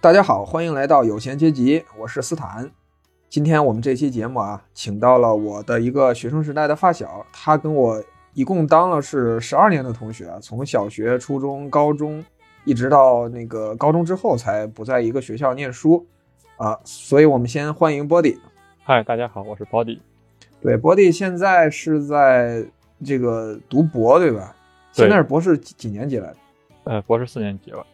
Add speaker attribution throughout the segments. Speaker 1: 大家好，欢迎来到有闲阶级，我是斯坦。今天我们这期节目啊，请到了我的一个学生时代的发小，他跟我一共当了是十二年的同学，啊从小学、初中、高中，一直到那个高中之后才不在一个学校念书啊，所以我们先欢迎波迪。
Speaker 2: 嗨，大家好，我是 Body。
Speaker 1: 对，波迪现在是在这个读博，对吧？
Speaker 2: 对
Speaker 1: 现在是博士几几年级来着？
Speaker 2: 呃，博士四年级了。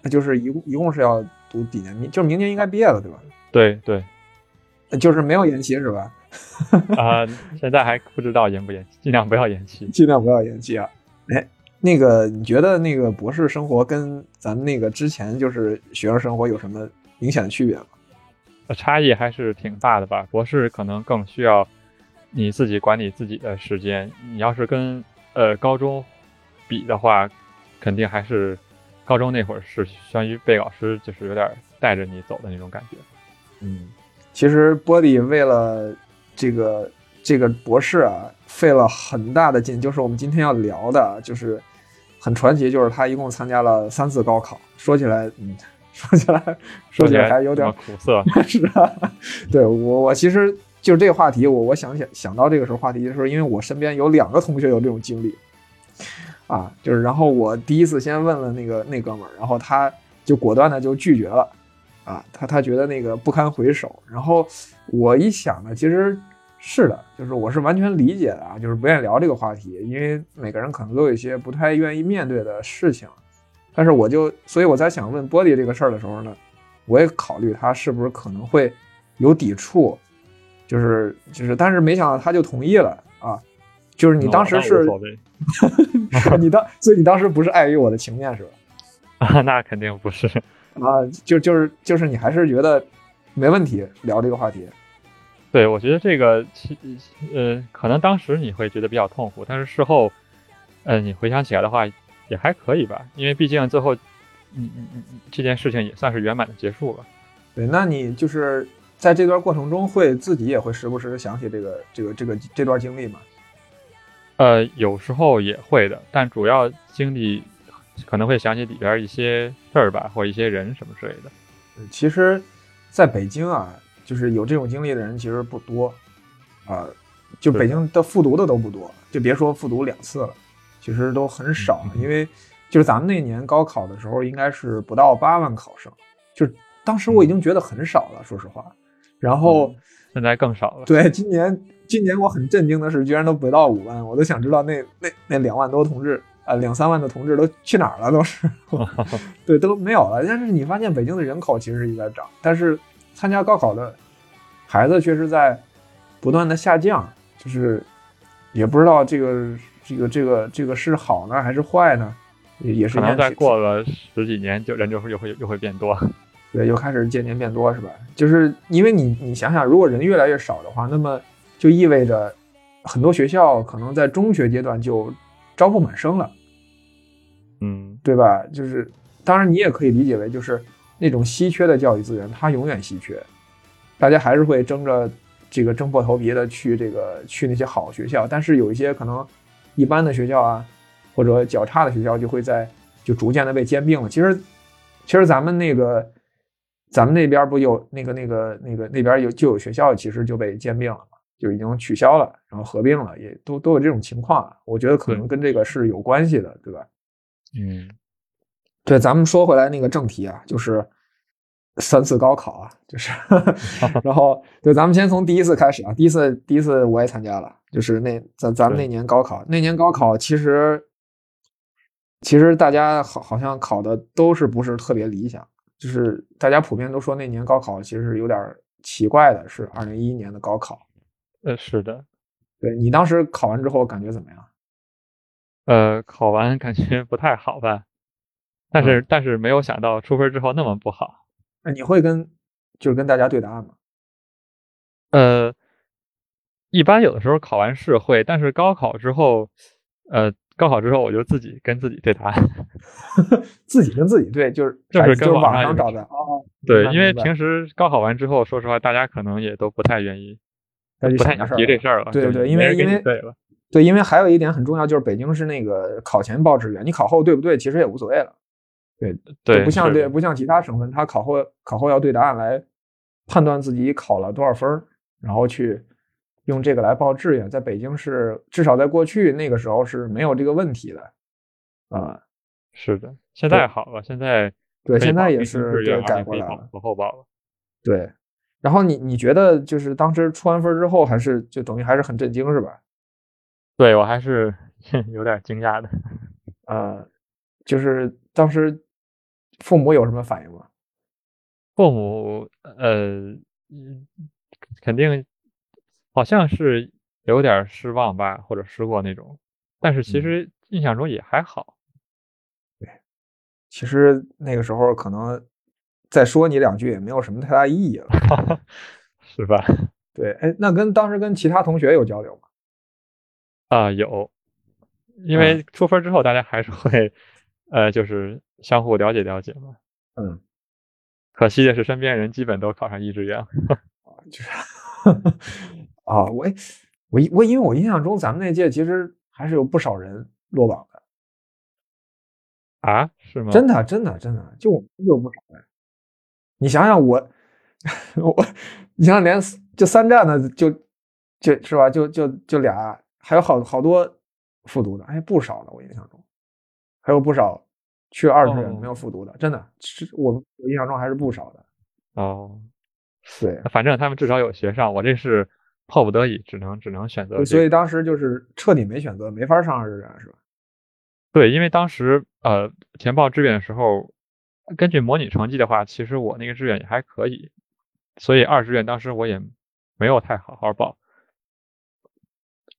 Speaker 1: 那就是一共一共是要读几年？明就是明年应该毕业了，对吧？
Speaker 2: 对对，
Speaker 1: 就是没有延期是吧？
Speaker 2: 啊、 现在还不知道延不延期，尽量不要延期。
Speaker 1: 尽量不要延期啊。哎，那个你觉得那个博士生活跟咱们那个之前就是学生生活有什么明显的区别吗？
Speaker 2: 呃差异还是挺大的吧？博士可能更需要你自己管理自己的时间。你要是跟呃高中比的话，肯定还是高中那会儿是相当于被老师就是有点带着你走的那种感觉。
Speaker 1: 嗯，其实波迪为了这个这个博士啊，费了很大的劲，就是我们今天要聊的，就是很传奇，就是他一共参加了三次高考。说起来，嗯，说起来，说起来还有点
Speaker 2: 这么苦涩。
Speaker 1: 是啊，对我我其实就这个话题，我我想想想到这个时候话题的时候，因为我身边有两个同学有这种经历，啊，就是然后我第一次先问了那个那哥们儿，然后他就果断的就拒绝了，啊，他他觉得那个不堪回首，然后我一想呢，其实是的，就是我是完全理解的啊，就是不愿意聊这个话题，因为每个人可能都有一些不太愿意面对的事情。但是我就，所以我在想问波迪这个事儿的时候呢，我也考虑他是不是可能会有抵触，就是就是，但是没想到他就同意了啊，就是 你当时
Speaker 2: 哦那
Speaker 1: 是
Speaker 2: 无所谓
Speaker 1: 你当，所以你当时不是碍于我的情面是吧？
Speaker 2: 啊？那肯定不是。
Speaker 1: 啊，就就是就是你还是觉得没问题聊这个话题，
Speaker 2: 对，我觉得这个其呃，可能当时你会觉得比较痛苦，但是事后，呃，你回想起来的话，也还可以吧，因为毕竟最后，嗯嗯嗯，嗯这件事情也算是圆满的结束了。
Speaker 1: 对，那你就是在这段过程中会自己也会时不时的想起这个这个这个这段经历嘛？
Speaker 2: 呃，有时候也会的，但主要经历可能会想起里边儿一些事儿吧，或一些人什么之类的。
Speaker 1: 嗯其实，在北京啊，就是有这种经历的人其实不多，啊、就北京的复读的都不多，就别说复读两次了，其实都很少，
Speaker 2: 嗯
Speaker 1: 因为就是咱们那年高考的时候，应该是不到八万考生，就是当时我已
Speaker 2: 嗯
Speaker 1: 经觉得很少了，说实话。然后，
Speaker 2: 现在更少了。
Speaker 1: 对今年，今年我很震惊的是，居然都不到五万，我都想知道那那那两万多同志，啊，两三万的同志都去哪儿了？都是。 对，都没有了。但是你发现北京的人口其实一直在涨，但是参加高考的孩子却是在不断的下降，就是也不知道这个这个这个这个是好呢还是坏呢，也也是
Speaker 2: 可
Speaker 1: 一
Speaker 2: 能
Speaker 1: 件
Speaker 2: 再
Speaker 1: 挺
Speaker 2: 过了十几年，就人就会又会又会变多。
Speaker 1: 对，又开始渐渐变多，是吧？就是因为你你想想，如果人越来越少的话，那么就意味着很多学校可能在中学阶段就招不满生了。
Speaker 2: 嗯，
Speaker 1: 对吧？就是，当然你也可以理解为就是那种稀缺的教育资源，它永远稀缺，大家还是会争着这个争破头皮的去这个去那些好学校，但是有一些可能一般的学校啊，或者较差的学校就会在就逐渐的被兼并了。其实，其实咱们那个咱们那边不有那个那个那个那边有就有学校其实就被兼并了嘛，就已经取消了，然后合并了，也都都有这种情况啊。我觉得可能跟这个是有关系的，对吧？
Speaker 2: 嗯，
Speaker 1: 对，咱们说回来那个正题啊，就是三次高考啊，就是，然后对，咱们先从第一次开始啊，第一次第一次我也参加了，就是那咱咱们那
Speaker 2: 对
Speaker 1: 年高考，那年高考其实其实大家好好像考的都是不是特别理想，就是大家普遍都说那年高考其实是有点儿奇怪的，是二零一一年的高考。
Speaker 2: 呃，是的，
Speaker 1: 对你当时考完之后感觉怎么样？
Speaker 2: 呃，考完感觉不太好吧，但
Speaker 1: 嗯
Speaker 2: 是、但是没有想到出分之后那么不好。
Speaker 1: 那你会跟就是跟大家对答案吗？
Speaker 2: 呃，一般有的时候考完试会，但是高考之后，呃，高考之后我就自己跟自己对答案。
Speaker 1: 自己跟自己对，就是
Speaker 2: 就是
Speaker 1: 哎
Speaker 2: 跟
Speaker 1: 是
Speaker 2: 网
Speaker 1: 网
Speaker 2: 上有
Speaker 1: 找的哦。
Speaker 2: 对，
Speaker 1: 明白
Speaker 2: 因为
Speaker 1: 明白
Speaker 2: 平时高考完之后，说实话，大家可能也都不太愿意，
Speaker 1: 再去
Speaker 2: 不太
Speaker 1: 想
Speaker 2: 想
Speaker 1: 这
Speaker 2: 提
Speaker 1: 事儿了
Speaker 2: 这事儿了。
Speaker 1: 对
Speaker 2: 就
Speaker 1: 对
Speaker 2: 没
Speaker 1: 因为
Speaker 2: 人
Speaker 1: 因
Speaker 2: 跟你
Speaker 1: 为
Speaker 2: 对了，
Speaker 1: 对，因为还有一点很重要，就是北京是那个考前报志愿，你考后对不对，其实也无所谓了。
Speaker 2: 对，
Speaker 1: 就不像
Speaker 2: 是
Speaker 1: 这不像其他省份，他考后考后要对答案来判断自己考了多少分儿，然后去用这个来报志愿。在北京是至少在过去那个时候是没有这个问题的，啊、
Speaker 2: 是的，现
Speaker 1: 对
Speaker 2: 在好了，现在
Speaker 1: 对，
Speaker 2: 可以
Speaker 1: 现在
Speaker 2: 报
Speaker 1: 也
Speaker 2: 平行
Speaker 1: 是
Speaker 2: 志愿
Speaker 1: 对
Speaker 2: 了
Speaker 1: 改
Speaker 2: 你
Speaker 1: 过
Speaker 2: 可以
Speaker 1: 来
Speaker 2: 报
Speaker 1: 了。
Speaker 2: 考后报了。
Speaker 1: 对，然后你你觉得就是当时出完分儿之后，还是就等于还是很震惊是吧？
Speaker 2: 对我还是 有点惊讶的。
Speaker 1: 呃，就是当时父母有什么反应吗？
Speaker 2: 父母呃，嗯肯定好像是有点儿失望吧，或者失落那种，但是其
Speaker 1: 嗯
Speaker 2: 实印象中也还好。
Speaker 1: 其实那个时候可能再说你两句也没有什么太大意义了。
Speaker 2: 是吧？
Speaker 1: 对，哎，那跟当时跟其他同学有交流吗？
Speaker 2: 啊、有，
Speaker 1: 嗯
Speaker 2: 因为出分之后，大家还是会，呃，就是相互了解了解嘛。
Speaker 1: 嗯，
Speaker 2: 可惜的是，身边人基本都考上一志愿了。
Speaker 1: 就是啊，我我我因为我印象中咱们那届其实还是有不少人落榜的，
Speaker 2: 啊？是吗？
Speaker 1: 真的真的真的，就我们就有不少人。你想想我 我，你想想连四就三战的就就是吧，就就就俩，还有好好多复读的，哎，不少了，我印象中还有不少去二志愿没有
Speaker 2: 哦
Speaker 1: 复读的，真的是我我印象中还是不少的。
Speaker 2: 哦，
Speaker 1: 对，
Speaker 2: 反正他们至少有学上，我这是迫不得已，只能只能选择
Speaker 1: 对，
Speaker 2: 这
Speaker 1: 所
Speaker 2: 个
Speaker 1: 以当时就是彻底没选择，没法上二志愿是吧？
Speaker 2: 对，因为当时呃填报志愿的时候，根据模拟成绩的话，其实我那个志愿也还可以，所以二志愿当时我也没有太好好报。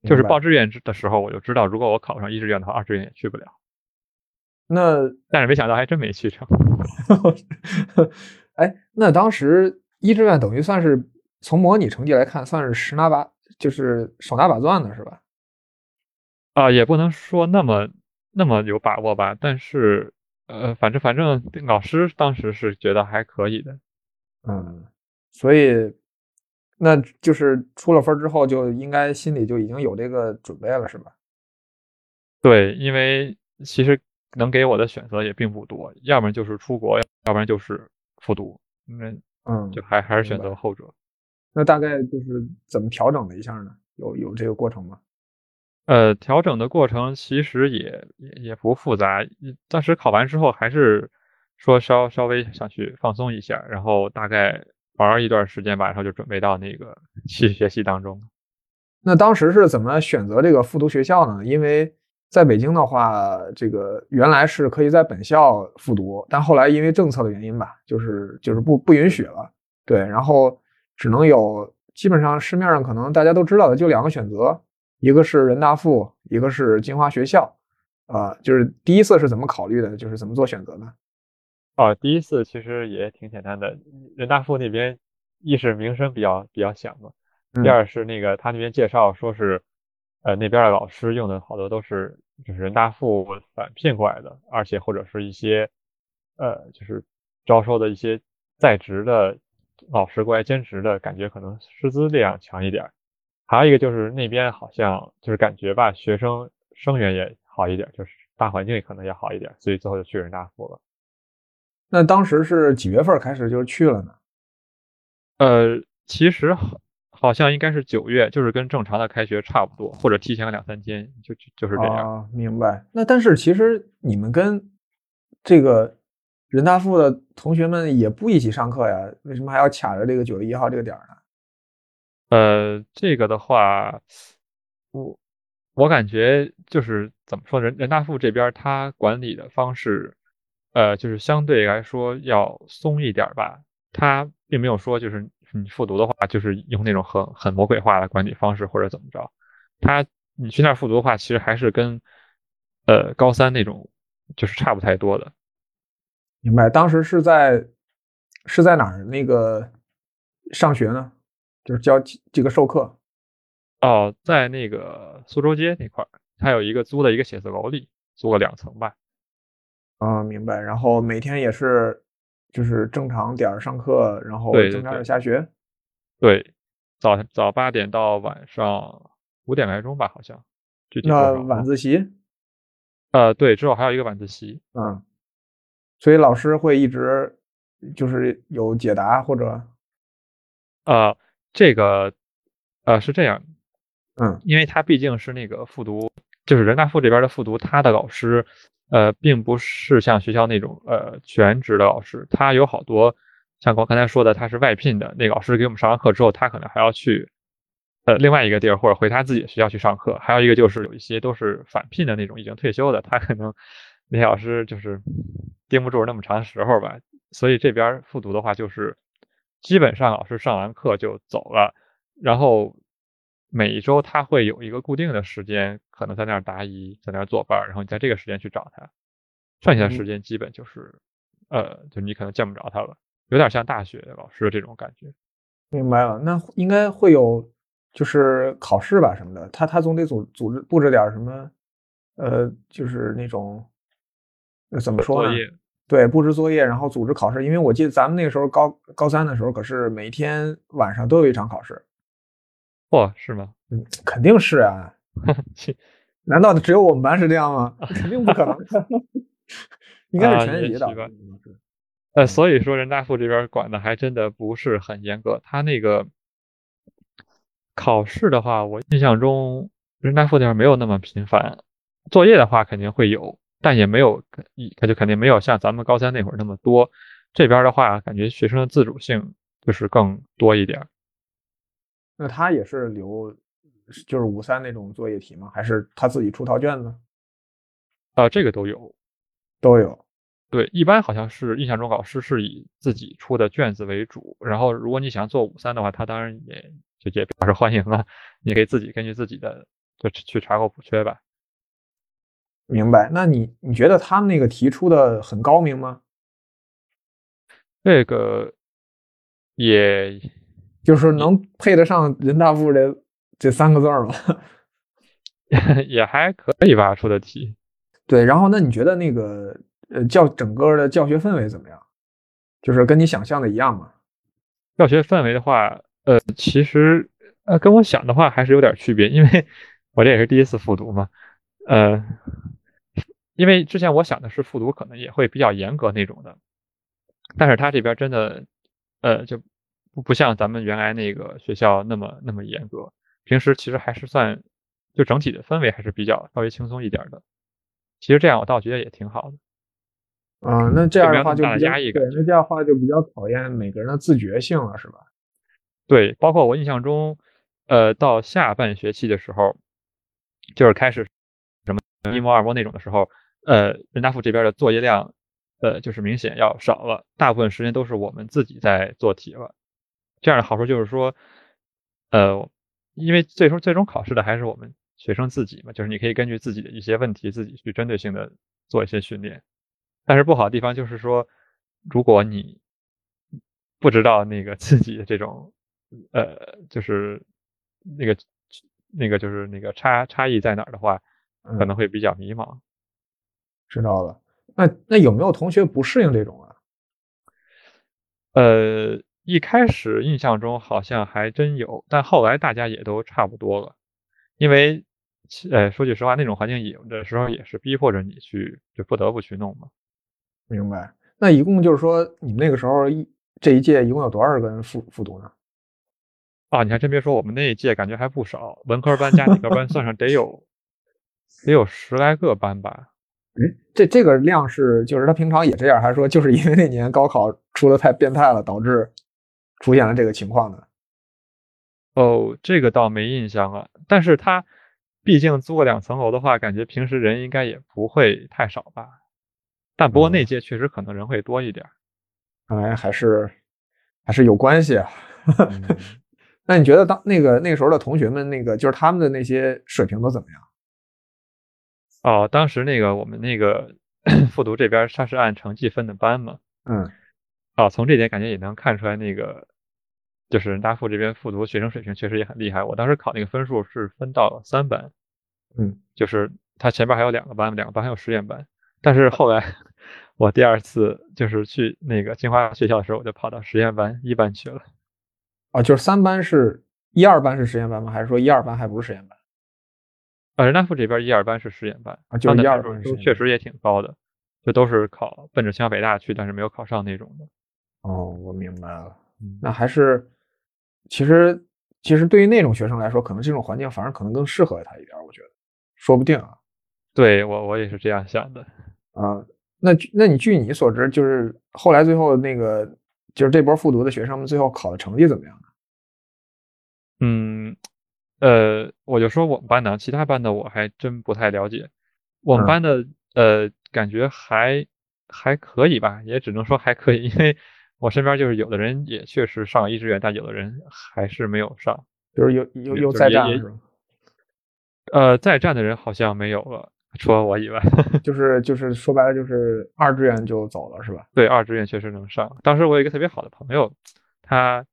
Speaker 2: 就是
Speaker 1: 明白
Speaker 2: 报志愿之的时候，我就知道，如果我考不上一志愿的话，二志愿也去不了。
Speaker 1: 那，
Speaker 2: 但是没想到还真没去成。
Speaker 1: 哎，那当时一志愿等于算是从模拟成绩来看，算是十拿把，就是手拿把攥的是吧？
Speaker 2: 啊、也不能说那么那么有把握吧，但是呃，反正反正老师当时是觉得还可以的。
Speaker 1: 嗯，所以那就是出了分儿之后，就应该心里就已经有这个准备了是吧？
Speaker 2: 对，因为其实能给我的选择也并不多，要么就是出国，要不然就是复读，那
Speaker 1: 嗯，
Speaker 2: 就还还是
Speaker 1: 明
Speaker 2: 选
Speaker 1: 白
Speaker 2: 择后者。
Speaker 1: 那大概就是怎么调整了一下呢？有有这个过程吗？
Speaker 2: 呃，调整的过程其实也也也不复杂，一当时考完之后还是说稍稍微想去放松一下，然后大概玩儿一段时间吧，然后就准备到那个 去学习当中。
Speaker 1: 那当时是怎么选择这个复读学校呢？因为在北京的话，这个原来是可以在本校复读，但后来因为政策的原因吧，就是就是不不允许了。对，然后只能有基本上市面上可能大家都知道的就两个选择，一个是人大附，一个是清华学校。啊、就是第一次是怎么考虑的？就是怎么做选择呢？
Speaker 2: 哦，第一次其实也挺简单的，人大附那边一是名声比较比较响嘛，
Speaker 1: 嗯
Speaker 2: 第二是那个他那边介绍说是，呃那边的老师用的好多都是就是人大附返聘过来的，而且或者是一些，呃就是招收的一些在职的老师过来兼职的，感觉可能师资力量强一点儿。还有一个就是那边好像就是感觉吧，学生生源也好一点儿，就是大环境可能也好一点儿，所以最后就去人大附了。
Speaker 1: 那当时是几月份开始就是去了呢？
Speaker 2: 呃，其实好，好像应该是九月，就是跟正常的开学差不多，或者提前个两三天，就就就是这样。
Speaker 1: 啊，明白。那但是其实你们跟这个人大附的同学们也不一起上课呀，为什么还要卡着这个九月一号这个点儿呢？
Speaker 2: 呃，这个的话，我我感觉就是怎么说，人人大附这边儿他管理的方式，呃，就是相对来说要松一点儿吧。他并没有说就是你复读的话，就是用那种很很魔鬼化的管理方式或者怎么着。他你去那儿复读的话，其实还是跟呃高三那种就是差不太多的。
Speaker 1: 明白，当时是在是在哪儿那个上学呢？就是教这个授课。
Speaker 2: 哦，在那个苏州街那块儿，它有一个租的一个写字楼里，租了两层吧。
Speaker 1: 啊，明白。然后每天也是就是正常点儿上课，然后
Speaker 2: 对对
Speaker 1: 正常点儿
Speaker 2: 对
Speaker 1: 下学。
Speaker 2: 对，早早八点到晚上五点来钟吧，好像具体多
Speaker 1: 那
Speaker 2: 少
Speaker 1: 晚
Speaker 2: 忘
Speaker 1: 自习，
Speaker 2: 呃，对，之后还有一个晚自习。
Speaker 1: 嗯，所以老师会一直就是有解答或者
Speaker 2: 呃，这个呃是这样，
Speaker 1: 嗯
Speaker 2: 因为他毕竟是那个复读，就是人大附这边的复读，他的老师，呃，并不是像学校那种呃全职的老师，他有好多像我刚才说的，他是外聘的。那个老师给我们上完课之后，他可能还要去呃另外一个地儿或者回他自己的学校去上课。还有一个就是有一些都是返聘的那种已经退休的，他可能那些老师就是盯不住那么长时候吧。所以这边复读的话，就是基本上老师上完课就走了。然后每一周他会有一个固定的时间，可能在那儿答疑，在那儿作伴儿，然后你在这个时间去找他，剩下的时
Speaker 1: 嗯
Speaker 2: 间基本就是，呃，就你可能见不着他了，有点像大学老师这种感觉。
Speaker 1: 明白了，那应该会有就是考试吧什么的，他他总得组组织布置点儿什么，呃，就是那种呃怎么说
Speaker 2: 作
Speaker 1: 呢？
Speaker 2: 业，
Speaker 1: 对，布置作业，然后组织考试。因为我记得咱们那个时候高高三的时候，可是每天晚上都有一场考试。
Speaker 2: 嚯、是吗？
Speaker 1: 嗯，肯定是啊，难道只有我们班是这样吗？ 肯定不可能， 应该
Speaker 2: 啊
Speaker 1: 是全年级
Speaker 2: 也
Speaker 1: 的。嗯
Speaker 2: 许吧呃，所以说人大附这边管的还真的不是很严格，他那个考试的话，我印象中人大附这边没有那么频繁，作业的话肯定会有，但也没有，他就肯定没有像咱们高三那会儿那么多。这边的话，感觉学生的自主性就是更多一点儿。
Speaker 1: 那他也是留，就是五三那种作业题吗？还是他自己出套卷子？
Speaker 2: 呃，这个都有。
Speaker 1: 都有。
Speaker 2: 对，一般好像是印象中老师是以自己出的卷子为主，然后如果你想做五三的话，他当然也就也表示欢迎了，你可以自己根据自己的就去去查扣补缺吧。
Speaker 1: 明白。那你你觉得他们那个题出的很高明吗？
Speaker 2: 这个也 嗯
Speaker 1: 就是能配得上人大附这这三个字儿吗？
Speaker 2: 也还可以吧，出的题。
Speaker 1: 对，然后那你觉得那个呃教整个的教学氛围怎么样？就是跟你想象的一样吗？
Speaker 2: 教学氛围的话，呃，其实呃跟我想的话还是有点区别，因为我这也是第一次复读嘛，呃，因为之前我想的是复读可能也会比较严格那种的，但是他这边真的，呃，就不不像咱们原来那个学校那么那么严格，平时其实还是算就整体的氛围还是比较稍微轻松一点的，其实这样我倒觉得也挺好的。
Speaker 1: 啊、那这
Speaker 2: 就
Speaker 1: 样
Speaker 2: 没
Speaker 1: 的
Speaker 2: 有
Speaker 1: 话
Speaker 2: 那么
Speaker 1: 就
Speaker 2: 大的
Speaker 1: 比较
Speaker 2: 压抑
Speaker 1: 对
Speaker 2: 感，
Speaker 1: 那这样的话就比较考验每个人的自觉性了，是吧？
Speaker 2: 对，包括我印象中，呃，到下半学期的时候，就是开始什么一模二模那种的时候，呃，人大附这边的作业量，呃，就是明显要少了，大部分时间都是我们自己在做题了。这样的好处就是说，呃，因为最终最终考试的还是我们学生自己嘛，就是你可以根据自己的一些问题，自己去针对性的做一些训练。但是不好的地方就是说，如果你不知道那个自己的这种，呃，就是那个那个就是那个差差异在哪儿的话，可
Speaker 1: 嗯
Speaker 2: 能会比较迷茫。
Speaker 1: 知道了。那那有没有同学不适应这种啊？
Speaker 2: 呃，一开始印象中好像还真有，但后来大家也都差不多了，因为其呃，说句实话，那种环境有的时候也是逼迫着你去，就不得不去弄嘛。
Speaker 1: 明白。那一共就是说你们那个时候一这一届一共有多少个人复复读呢？
Speaker 2: 啊，你还真别说，我们那一届感觉还不少，文科班加理科班算上得有得有十来个班吧。
Speaker 1: 嗯这这个量是就是他平常也这样，还是说就是因为那年高考出的太变态了，导致出现了这个情况呢？
Speaker 2: 哦，这个倒没印象了，但是他毕竟租个两层楼的话，感觉平时人应该也不会太少吧。但不过那届确实可能人会多一点儿。
Speaker 1: 看来还是还是有关系啊。
Speaker 2: 嗯
Speaker 1: 那你觉得当那个那个时候的同学们，那个就是他们的那些水平都怎么样？
Speaker 2: 哦，当时那个我们那个 复读这边儿，他是按成绩分的班嘛。
Speaker 1: 嗯，
Speaker 2: 啊，从这点感觉也能看出来，那个就是人大附这边复读学生水平确实也很厉害。我当时考那个分数是分到了三班，
Speaker 1: 嗯，
Speaker 2: 就是他前边还有两个班，两个班还有实验班。但是后来 我第二次就是去那个清华学校的时候，我就跑到实验班一班去了。
Speaker 1: 啊，就是三班是一二班是实验班吗？还是说一二班还不是实验班？
Speaker 2: 呃啊，人大附这边一二班是实验班，
Speaker 1: 啊就
Speaker 2: 他
Speaker 1: 是
Speaker 2: 们
Speaker 1: 一
Speaker 2: 的
Speaker 1: 二
Speaker 2: 分
Speaker 1: 班
Speaker 2: 数
Speaker 1: 是
Speaker 2: 确
Speaker 1: 实
Speaker 2: 实也挺高的，就都是考奔着清华北大去，但是没有考上那种的。
Speaker 1: 哦，我明白了。
Speaker 2: 嗯
Speaker 1: 那还是，其实其实对于那种学生来说，可能这种环境反而可能更适合他一点儿，我觉得，说不定啊
Speaker 2: 对我我也是这样想的。
Speaker 1: 啊。那据那你据你所知，就是后来最后那个就是这波复读的学生们最后考的成绩怎么样呢？
Speaker 2: 嗯，呃，我就说我们班的，其他班的我还真不太了解。我们
Speaker 1: 嗯
Speaker 2: 班的，呃，感觉还还可以吧，也只能说还可以，因为我身边就是有的人也确实上了一志愿，但有的人还是没有上。
Speaker 1: 就是有有
Speaker 2: 也
Speaker 1: 有
Speaker 2: 就是
Speaker 1: 在
Speaker 2: 也
Speaker 1: 战
Speaker 2: 也
Speaker 1: 是吗？
Speaker 2: 呃，在站的人好像没有了，除了我以外，
Speaker 1: 就是就是说白了就是二志愿就走了是吧？
Speaker 2: 对，二志愿确实能上。当时我有一个特别好的朋友，他，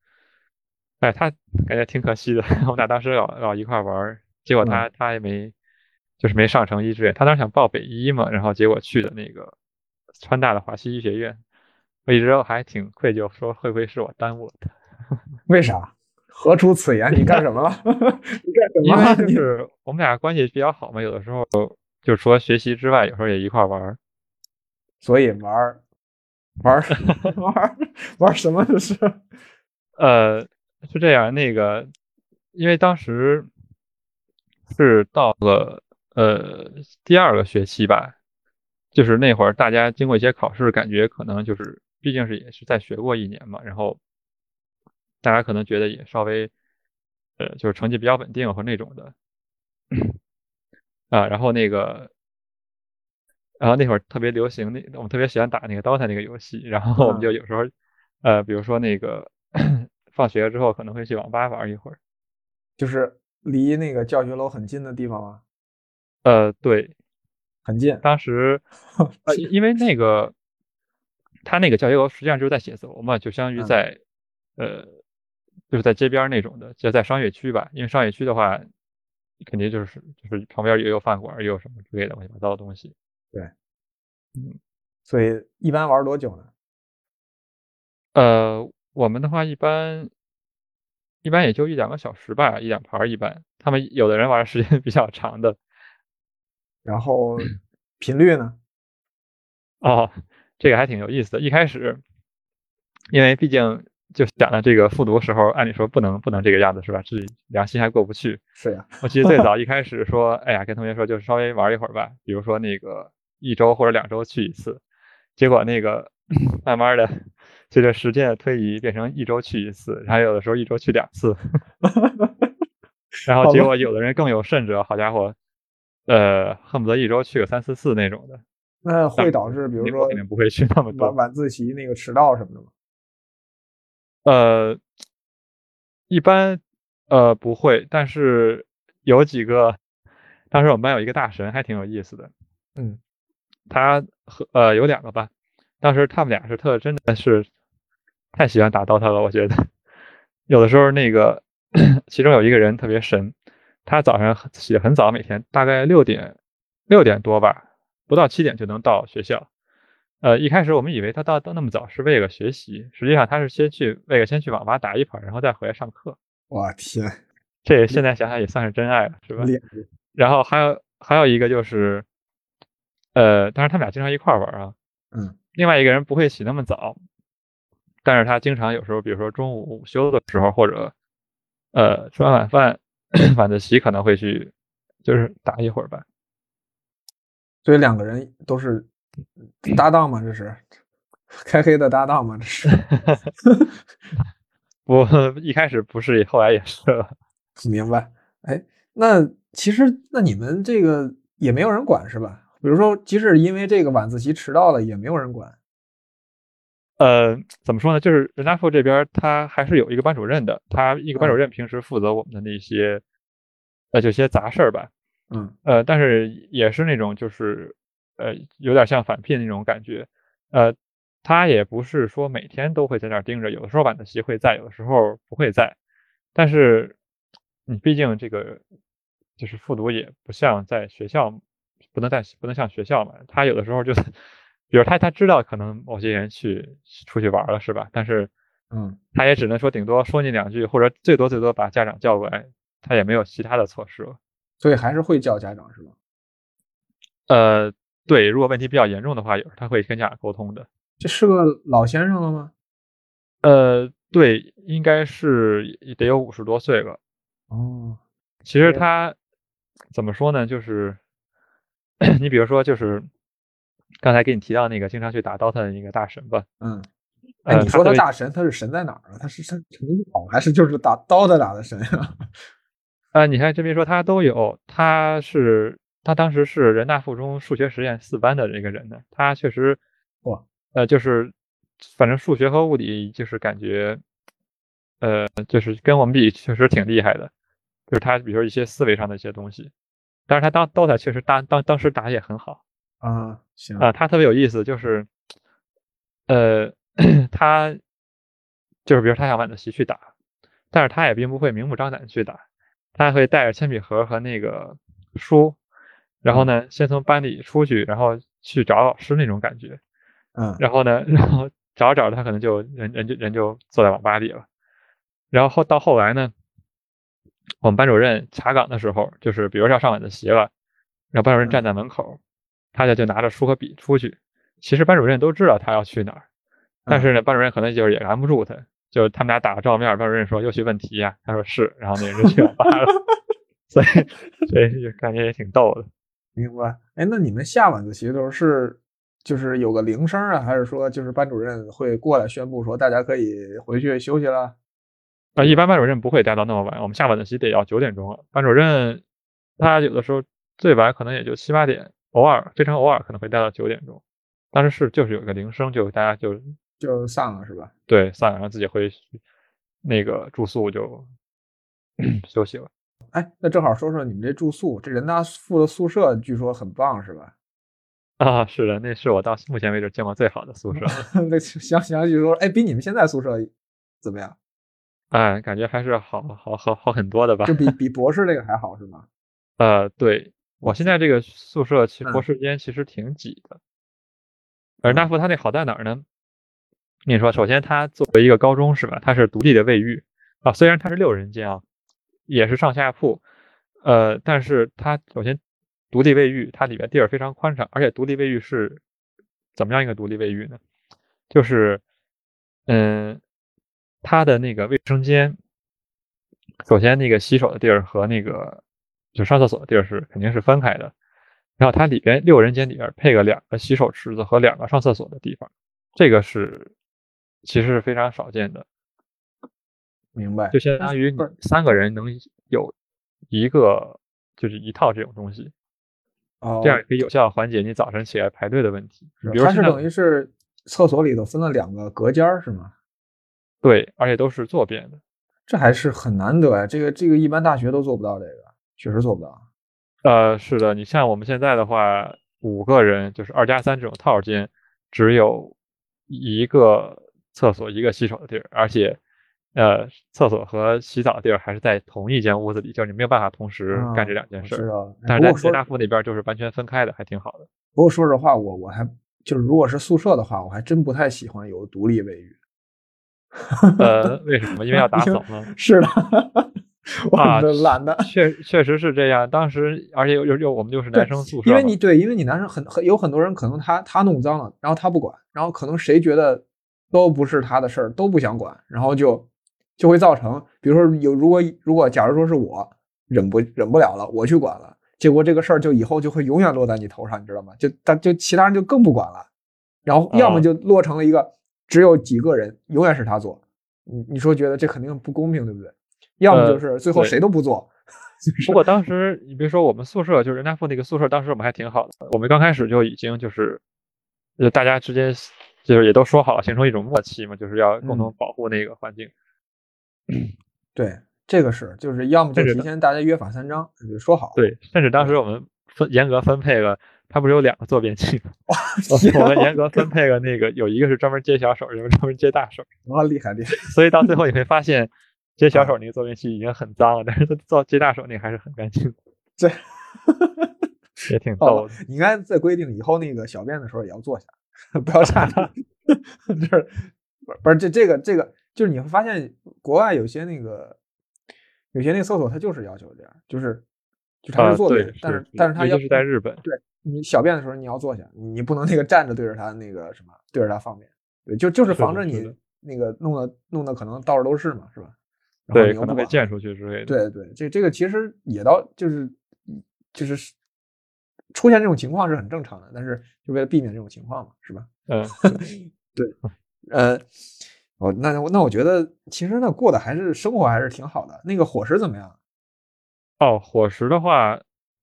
Speaker 2: 哎，他感觉挺可惜的。我们俩当时老老一块儿玩儿，结果他他也没，就是没上成一志愿。他当时想报北医嘛，然后结果去的那个川大的华西医学院。我一直还挺愧疚，说会不会是我耽误了他？
Speaker 1: 为啥？何出此言？你干什么了？ 你
Speaker 2: 因
Speaker 1: 干什
Speaker 2: 为
Speaker 1: 么了？
Speaker 2: 就
Speaker 1: 你
Speaker 2: 是我们俩关系比较好嘛，有的时候就除了学习之外，有时候也一块儿玩儿。
Speaker 1: 所以玩儿玩儿 玩儿玩儿 什么就是
Speaker 2: 呃，是这样，那个，因为当时是到了呃第二个学期吧，就是那会儿大家经过一些考试，感觉可能就是毕竟是也是在学过一年嘛，然后大家可能觉得也稍微呃就是成绩比较稳定或那种的啊，然后那个。然后那会儿特别流行那，我们特别喜欢打那个 DOTA 那个游戏，然后我们就有时候，呃，比如说那个 放学之后可能会去网吧玩一会儿，
Speaker 1: 就是离那个教学楼很近的地方吗？
Speaker 2: 呃，对，
Speaker 1: 很近。
Speaker 2: 当时呃，因因为那个他那个教学楼实际上就是在写字楼嘛，就相当于
Speaker 1: 嗯
Speaker 2: 在、呃，就是在街边儿那种的，就在商业区吧。因为商业区的话，肯定就是就是旁边儿也有饭馆儿，也有什么之类的乱七八糟的东西。
Speaker 1: 所以一般玩多久呢？
Speaker 2: 呃，我们的话一般一般也就一两个小时吧，一两盘儿一般。他们有的人玩儿时间比 较长的，
Speaker 1: 然后
Speaker 2: 嗯
Speaker 1: 频率呢？
Speaker 2: 哦，这个还挺有意思的。一开始，因为毕竟就想了这个复读时候，按理说不能不能这个样子是吧？自己良心还过不去。
Speaker 1: 是呀，
Speaker 2: 我记得最早一开始说，哎呀，跟同学说就是稍微玩一会儿吧，比如说那个一周或者两周去一次。结果那个慢慢的随着时间的推移，变成一周去一次，然后有的时候一周去两次。 然
Speaker 1: 好
Speaker 2: 后结
Speaker 1: 吧
Speaker 2: 果有的人更有甚者，好家伙，呃，恨不得一周去个三四次那种的。
Speaker 1: 那会导致比如
Speaker 2: 那我
Speaker 1: 说
Speaker 2: 肯定不会去那么多
Speaker 1: 晚晚自习那个迟到什么的吗？
Speaker 2: 呃，一般呃不会，但是有几个，当时我们班有一个大神还挺有意思的，
Speaker 1: 嗯，
Speaker 2: 他和呃有两个吧，当时他们俩是特真的是太喜欢打 DOTA 了，我觉得有的时候那个其中有一个人特别神，他早上很起得很早，每天大概六点六点多吧，不到七点就能到学校。呃，一开始我们以为他到到那么早是为了学习，实际上他是先去为了先去网吧打一盘，然后再回来上课。
Speaker 1: 我天，
Speaker 2: 这现在想想也算是真爱了，是吧？
Speaker 1: 脸
Speaker 2: 然后还有还有一个就是，呃，当然他们俩经常一块儿玩儿啊。
Speaker 1: 嗯。
Speaker 2: 另外一个人不会起那么早，但是他经常有时候，比如说中午午休的时候，或者呃吃完晚饭 晚自习可能会去，就是打一会儿吧。
Speaker 1: 所以两个人都是搭档嘛，这是 开黑的搭档嘛，这 是
Speaker 2: 我 一开始不是，后来也是了。
Speaker 1: 明白？哎，那其实那你们这个也没有人管是吧？比如说，即使因为这个晚自习迟到了，也没有人管。
Speaker 2: 呃，怎么说呢？就是人大附这边儿他还是有一个班主任的，他一个班主任平时负责我们的那些，呃，就些杂事儿吧。
Speaker 1: 嗯，
Speaker 2: 呃，但是也是那种就是，呃，有点像返聘那种感觉。呃，他也不是说每天都会在那儿盯着，有的时候晚自习会在，有的时候不会在。但是你毕竟这个就是复读，也不像在学校，不能在不能像学校嘛。他有的时候就是，比如他他知道可能某些人去出去玩儿了，是吧？但是
Speaker 1: 嗯，
Speaker 2: 他也只能说顶多说你两句，或者最多最多把家长叫过来，他也没有其他的措施了。
Speaker 1: 所以还是会叫家长是吧？
Speaker 2: 呃，对，如果问题比较严重的话，有时候他会跟家长沟通的。
Speaker 1: 这是个老先生了吗？
Speaker 2: 呃，对，应该是也得有五十多岁了。
Speaker 1: 哦，
Speaker 2: 其实
Speaker 1: 对
Speaker 2: 他怎么说呢？就是 你比如说，就是刚才给你提到那个经常去打 DOTA 的一个大神吧，
Speaker 1: 嗯，哎，
Speaker 2: 呃，
Speaker 1: 你说他
Speaker 2: 他特别
Speaker 1: 大神，他是神在哪儿啊？他是他成好还是就是打刀的打的神呀、
Speaker 2: 啊，你还真别说，他都有。他是他当时是人大附中数学实验四班的这个人呢，他确实，
Speaker 1: 哇，
Speaker 2: 呃，就是反正数学和物理就是感觉，呃，就是跟我们比确实挺厉害的，就是他比如说一些思维上的一些东西。但是他当 DOTA 确实当当当时打得也很好
Speaker 1: 啊？行
Speaker 2: 啊、他特别有意思，就是，呃， 他就是比如他想晚自习去打，但是他也并不会明目张胆地去打，他会带着铅笔盒和那个书，然后呢，先从班里出去，然后去找老师那种感觉，
Speaker 1: 嗯，
Speaker 2: 然后呢，然后找着找着他可能就人人就人就坐在网吧里了，然后后到后来呢，我们班主任查岗的时候，就是比如说要上晚自习了，然后班主任
Speaker 1: 嗯
Speaker 2: 站在门口，他就就拿着书和笔出去，其实班主任都知道他要去哪儿，但
Speaker 1: 嗯
Speaker 2: 是呢，班主任可能就是也拦不住他。就是他们俩打个照面，班主任说又去问题呀、他说是，然后那人就去网吧了， 所以所以就感觉也挺逗的。
Speaker 1: 明白。哎，那你们下晚自习的时候是就是有个铃声啊，还是说就是班主任会过来宣布说大家可以回去休息了？
Speaker 2: 啊，一般班主任不会待到那么晚，我们下晚自习得要九点钟了。班主任他有的时候最晚可能也就七八点，偶尔非常偶尔可能会待到九点钟。当时是就是有一个铃声，就大家就
Speaker 1: 就散了是吧？
Speaker 2: 对散了，然后自己回那个住宿就 休息了。
Speaker 1: 哎，那正好说说你们这住宿，这人大附的宿舍据说很棒是吧？
Speaker 2: 啊，是的，那是我到目前为止见过最好的宿舍了，
Speaker 1: 那详详细说，哎，比你们现在宿舍怎么样？
Speaker 2: 哎，感觉还是好好好好很多的吧
Speaker 1: 就。比比博士这个还好是吗？
Speaker 2: 呃，对我现在这个宿舍，其实
Speaker 1: 嗯
Speaker 2: 博士间其实挺挤的。而纳福它那好在哪儿呢？你说，首先它作为一个高中是吧，它是独立的卫浴啊，虽然它是六人间啊，也是上下铺，呃，但是它首先独立卫浴，它里面地儿非常宽敞，而且独立卫浴是怎么样一个独立卫浴呢？就是，嗯，它的那个卫生间，首先那个洗手的地儿和那个就上厕所的地儿是肯定是分开的，然后它里边六人间里边配个两个洗手池子和两个上厕所的地方，这个是其实是非常少见的，
Speaker 1: 明白
Speaker 2: 就。相当于你
Speaker 1: 不是
Speaker 2: 三个人能有一个就是一套这种东西，
Speaker 1: 哦
Speaker 2: 这样也可以有效地缓解你早晨起来排队的问题。
Speaker 1: 是
Speaker 2: 比如
Speaker 1: 它是
Speaker 2: 现在
Speaker 1: 等于是厕所里头分了两个隔间儿是吗？
Speaker 2: 对，而且都是坐便的。
Speaker 1: 这还是很难得啊呀，这个这个一般大学都做不到，这个确实做不到。
Speaker 2: 呃，是的，你像我们现在的话，五个人就是二加三这种套间，只有一个厕所、一个洗手的地儿，而且，呃，厕所和洗澡的地儿还是在同一间屋子里，就是你没有办法同时干这
Speaker 1: 啊
Speaker 2: 两件事
Speaker 1: 我知
Speaker 2: 儿。
Speaker 1: 道了。哎
Speaker 2: 但
Speaker 1: 不过
Speaker 2: 是在北
Speaker 1: 说
Speaker 2: 大附那边儿就是完全分开的，还挺好的。
Speaker 1: 不过说实话，我我还就是如果是宿舍的话，我还真不太喜欢有独立卫浴。
Speaker 2: 呃，为什么？因 为要打
Speaker 1: 因为
Speaker 2: 扫吗？
Speaker 1: 是的， 我
Speaker 2: 啊
Speaker 1: 这懒 得。
Speaker 2: 确确实是这样。当时，而且又又又我们就是
Speaker 1: 对
Speaker 2: 男生宿舍
Speaker 1: 因
Speaker 2: 嘛，
Speaker 1: 为你对，因为你男生很很有很多人可能他他弄脏了，然后他不管，然后可能谁觉得都不是他的事儿，都不想管，然后就就会造成，比如说有如果如果假如说是我忍不忍不了了，我去管了，结果这个事儿就以后就会永远落在你头上，你知道吗？就他就其他人就更不管了，然后要么
Speaker 2: 啊
Speaker 1: 就落成了一个只有几个人永远是他做，你你说觉得这肯定不公平，对不对？要么
Speaker 2: 呃
Speaker 1: 就是最后
Speaker 2: 对
Speaker 1: 谁都不做，
Speaker 2: 不过当时你别说我们宿舍，就是人大附那个宿舍，当时我们还挺好的。我们刚开始就已经就是，就大家之间就是也都说好，形成一种默契嘛，就是要共同
Speaker 1: 嗯
Speaker 2: 保护那个环境。
Speaker 1: 对，这个是，就是要么就
Speaker 2: 这个
Speaker 1: 提
Speaker 2: 的
Speaker 1: 前大家约法三章，就说好。
Speaker 2: 对，甚至当时我们分严格分配了，它不是有两个坐便器 吗？我我们严格分配了那个，有一个是专门接小手，有一个专门接大手，
Speaker 1: 哇，厉害厉害！
Speaker 2: 所以到最后你会发现，接小手那个坐便器已经很脏了，但是做接大手那个还是很干净的。
Speaker 1: 这
Speaker 2: 也挺
Speaker 1: 哦
Speaker 2: 逗的。
Speaker 1: 你应该再规定以后那个小便的时候也要坐下，不要站着。这 是不是不是这这个这个，就是你会发现国外有些那个有些那个厕所它就是要求这样，就是就它
Speaker 2: 啊，
Speaker 1: 是坐
Speaker 2: 对
Speaker 1: 便，，但
Speaker 2: 是
Speaker 1: 但是它
Speaker 2: 尤
Speaker 1: 要
Speaker 2: 其是在日本，
Speaker 1: 你小便的时候你要坐下，你你不能那个站着对着它那个什么，对着它放便，对，就就是
Speaker 2: 是的
Speaker 1: 防止
Speaker 2: 是
Speaker 1: 你
Speaker 2: 的
Speaker 1: 那个弄的弄的可能到处都是嘛，是吧？然后
Speaker 2: 对，
Speaker 1: 你又
Speaker 2: 可
Speaker 1: 不
Speaker 2: 能被
Speaker 1: 管，
Speaker 2: 溅出去之类的。，
Speaker 1: 对对，这这个其实也到就是嗯就是出现这种情况是很正常的，但是就为了避免这种情况嘛，是吧？
Speaker 2: 嗯，
Speaker 1: 呃，哦，那那我觉得其实呢，过得还是生活还是挺好的。那个伙食怎么样？
Speaker 2: 哦，伙食的话，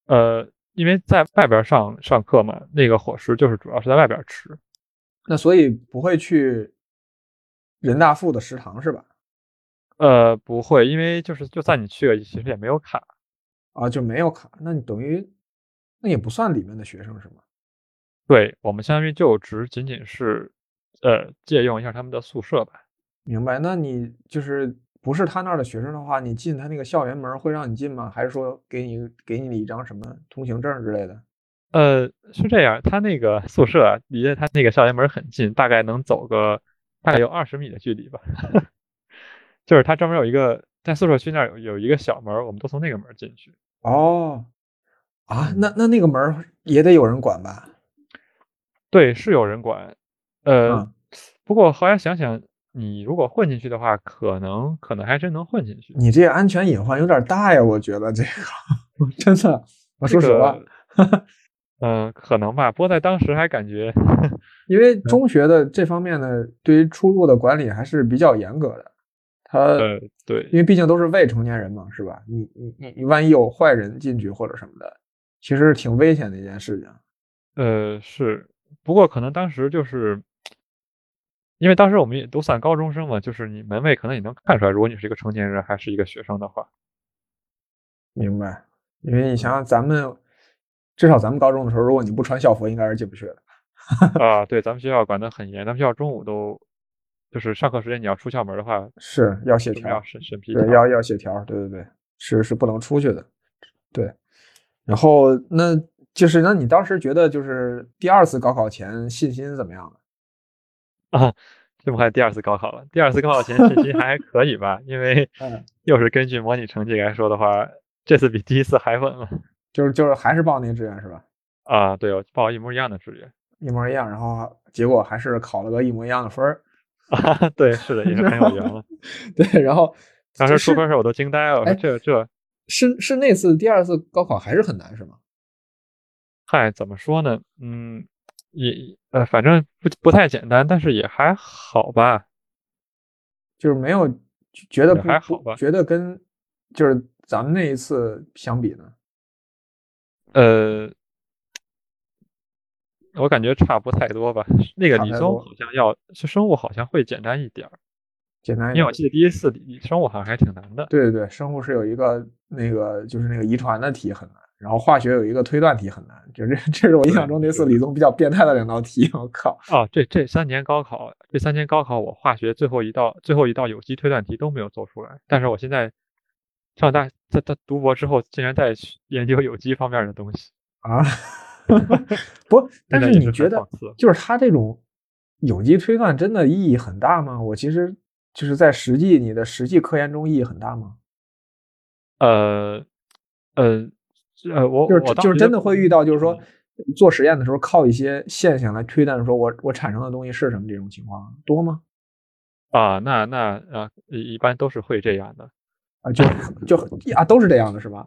Speaker 2: 呃，因为在外边儿上上课嘛，那个伙食就是主要是在外边儿吃。
Speaker 1: 那所以不会去人大附的食堂是吧？
Speaker 2: 呃，不会，因为就是就算你去了，其实也没有卡。
Speaker 1: 啊，就没有卡，那你等于那也不算里面的学生是吗？
Speaker 2: 对我们相当于就只仅仅是，呃，借用一下他们的宿舍吧。
Speaker 1: 明白？那你就是不是他那儿的学生的话，你进他那个校园门儿会让你进吗？还是说给你给你一张什么通行证儿之类的？
Speaker 2: 呃，是这样，他那个宿舍啊离着他那个校园门很近，大概能走个大概有二十米的距离吧。 就是他专门有一个在宿舍区那儿有有一个小门儿，我们都从那个门儿进去。
Speaker 1: 哦，啊，那
Speaker 2: 嗯
Speaker 1: 那那个门儿也得有人管吧？
Speaker 2: 对，是有人管。呃，
Speaker 1: 嗯
Speaker 2: 不过后来想想，你如果混进去的话，可能可能还真能混进去。
Speaker 1: 你这安全隐患有点大呀，我觉得这个 真的，我
Speaker 2: 这
Speaker 1: 说实话，
Speaker 2: 个， 嗯、可能吧。不过在当时还感觉，
Speaker 1: 因为
Speaker 2: 嗯
Speaker 1: 中学的这方面呢，对于出入的管理还是比较严格的。他
Speaker 2: 呃，对
Speaker 1: 因为毕竟都是未成年人嘛，是吧？你你你你万一有坏人进去或者什么的，其实挺危险的一件事情。
Speaker 2: 呃，是，不过可能当时就是，因为当时我们也都算高中生嘛，就是你门卫可能也能看出来，如果你是一个成年人还是一个学生的 话，
Speaker 1: 明白？因为你
Speaker 2: 嗯
Speaker 1: 想想，咱们至少咱们高中的时候，如果你不穿校服，应该是进不去的。
Speaker 2: 啊，对，咱们学校管得很严，咱们学校中午都，就是上课时间你要出校门的话，
Speaker 1: 是要协
Speaker 2: 我们
Speaker 1: 调
Speaker 2: 要，审审批
Speaker 1: 对，
Speaker 2: 条
Speaker 1: 要要协调，对对对，是是不能出去的。对，然后那就是那你当时觉得就是第二次高考前信心怎么样了？
Speaker 2: 啊。这么快第二次高考了，第二次高考前信息还还可以吧，因为
Speaker 1: 嗯
Speaker 2: 又是根据模拟成绩来说的话，这次比第一次还稳了
Speaker 1: 就是就是还是报那个志愿是吧？
Speaker 2: 啊。对，我报一模一样的志愿
Speaker 1: 一模一样，然后结果还是考了个一模一样的分儿。
Speaker 2: 啊，对，是的，也是很有缘了。
Speaker 1: 对，然后
Speaker 2: 当时出
Speaker 1: 是
Speaker 2: 分时候我都惊呆了，我
Speaker 1: 哎
Speaker 2: 说这这，
Speaker 1: 是是那次第二次高考还是很难是吗？
Speaker 2: 嗨，怎么说呢？嗯，也呃，反正不不太简单，但是也还好吧。
Speaker 1: 就是没有觉得
Speaker 2: 也
Speaker 1: 不
Speaker 2: 还
Speaker 1: 不
Speaker 2: 好吧
Speaker 1: 觉得跟就是咱们那一次相比呢？
Speaker 2: 呃，我感觉差不太多吧。那个
Speaker 1: 差
Speaker 2: 理
Speaker 1: 太
Speaker 2: 综
Speaker 1: 多
Speaker 2: 好像要，是生物好像会简单一点儿，
Speaker 1: 简单一
Speaker 2: 因为我
Speaker 1: 点。
Speaker 2: 记得第一次理生物好像还挺难的。
Speaker 1: 对对对，生物是有一个那个就是那个遗传的题很难，然后化学有一个推断题很难，就这 这是我印象中那次理综比较变态的两道题。我 靠，
Speaker 2: 哦，这这三年高考，这三年高考我化学最后一道最后一道有机推断题都没有做出来，但是我现在上大在在读博之后，竟然在学研究有机方面的东西，
Speaker 1: 啊，不，但
Speaker 2: 现在
Speaker 1: 是
Speaker 2: 也
Speaker 1: 你
Speaker 2: 很
Speaker 1: 觉得
Speaker 2: 讽刺
Speaker 1: 就是它这种有机推断真的意义很大吗？我其实就是在实际你的实际科研中意义很大吗？
Speaker 2: 呃，呃，是呃，我
Speaker 1: 就是
Speaker 2: 我当
Speaker 1: 就是
Speaker 2: 时
Speaker 1: 真的会遇到，就是说
Speaker 2: 嗯
Speaker 1: 做实验的时候靠一些现象来推断，说我我产生的东西是什么这种情况多吗？
Speaker 2: 啊，那那啊，一一般都是会这样的。
Speaker 1: 啊，就 就啊，都是这样的是吧？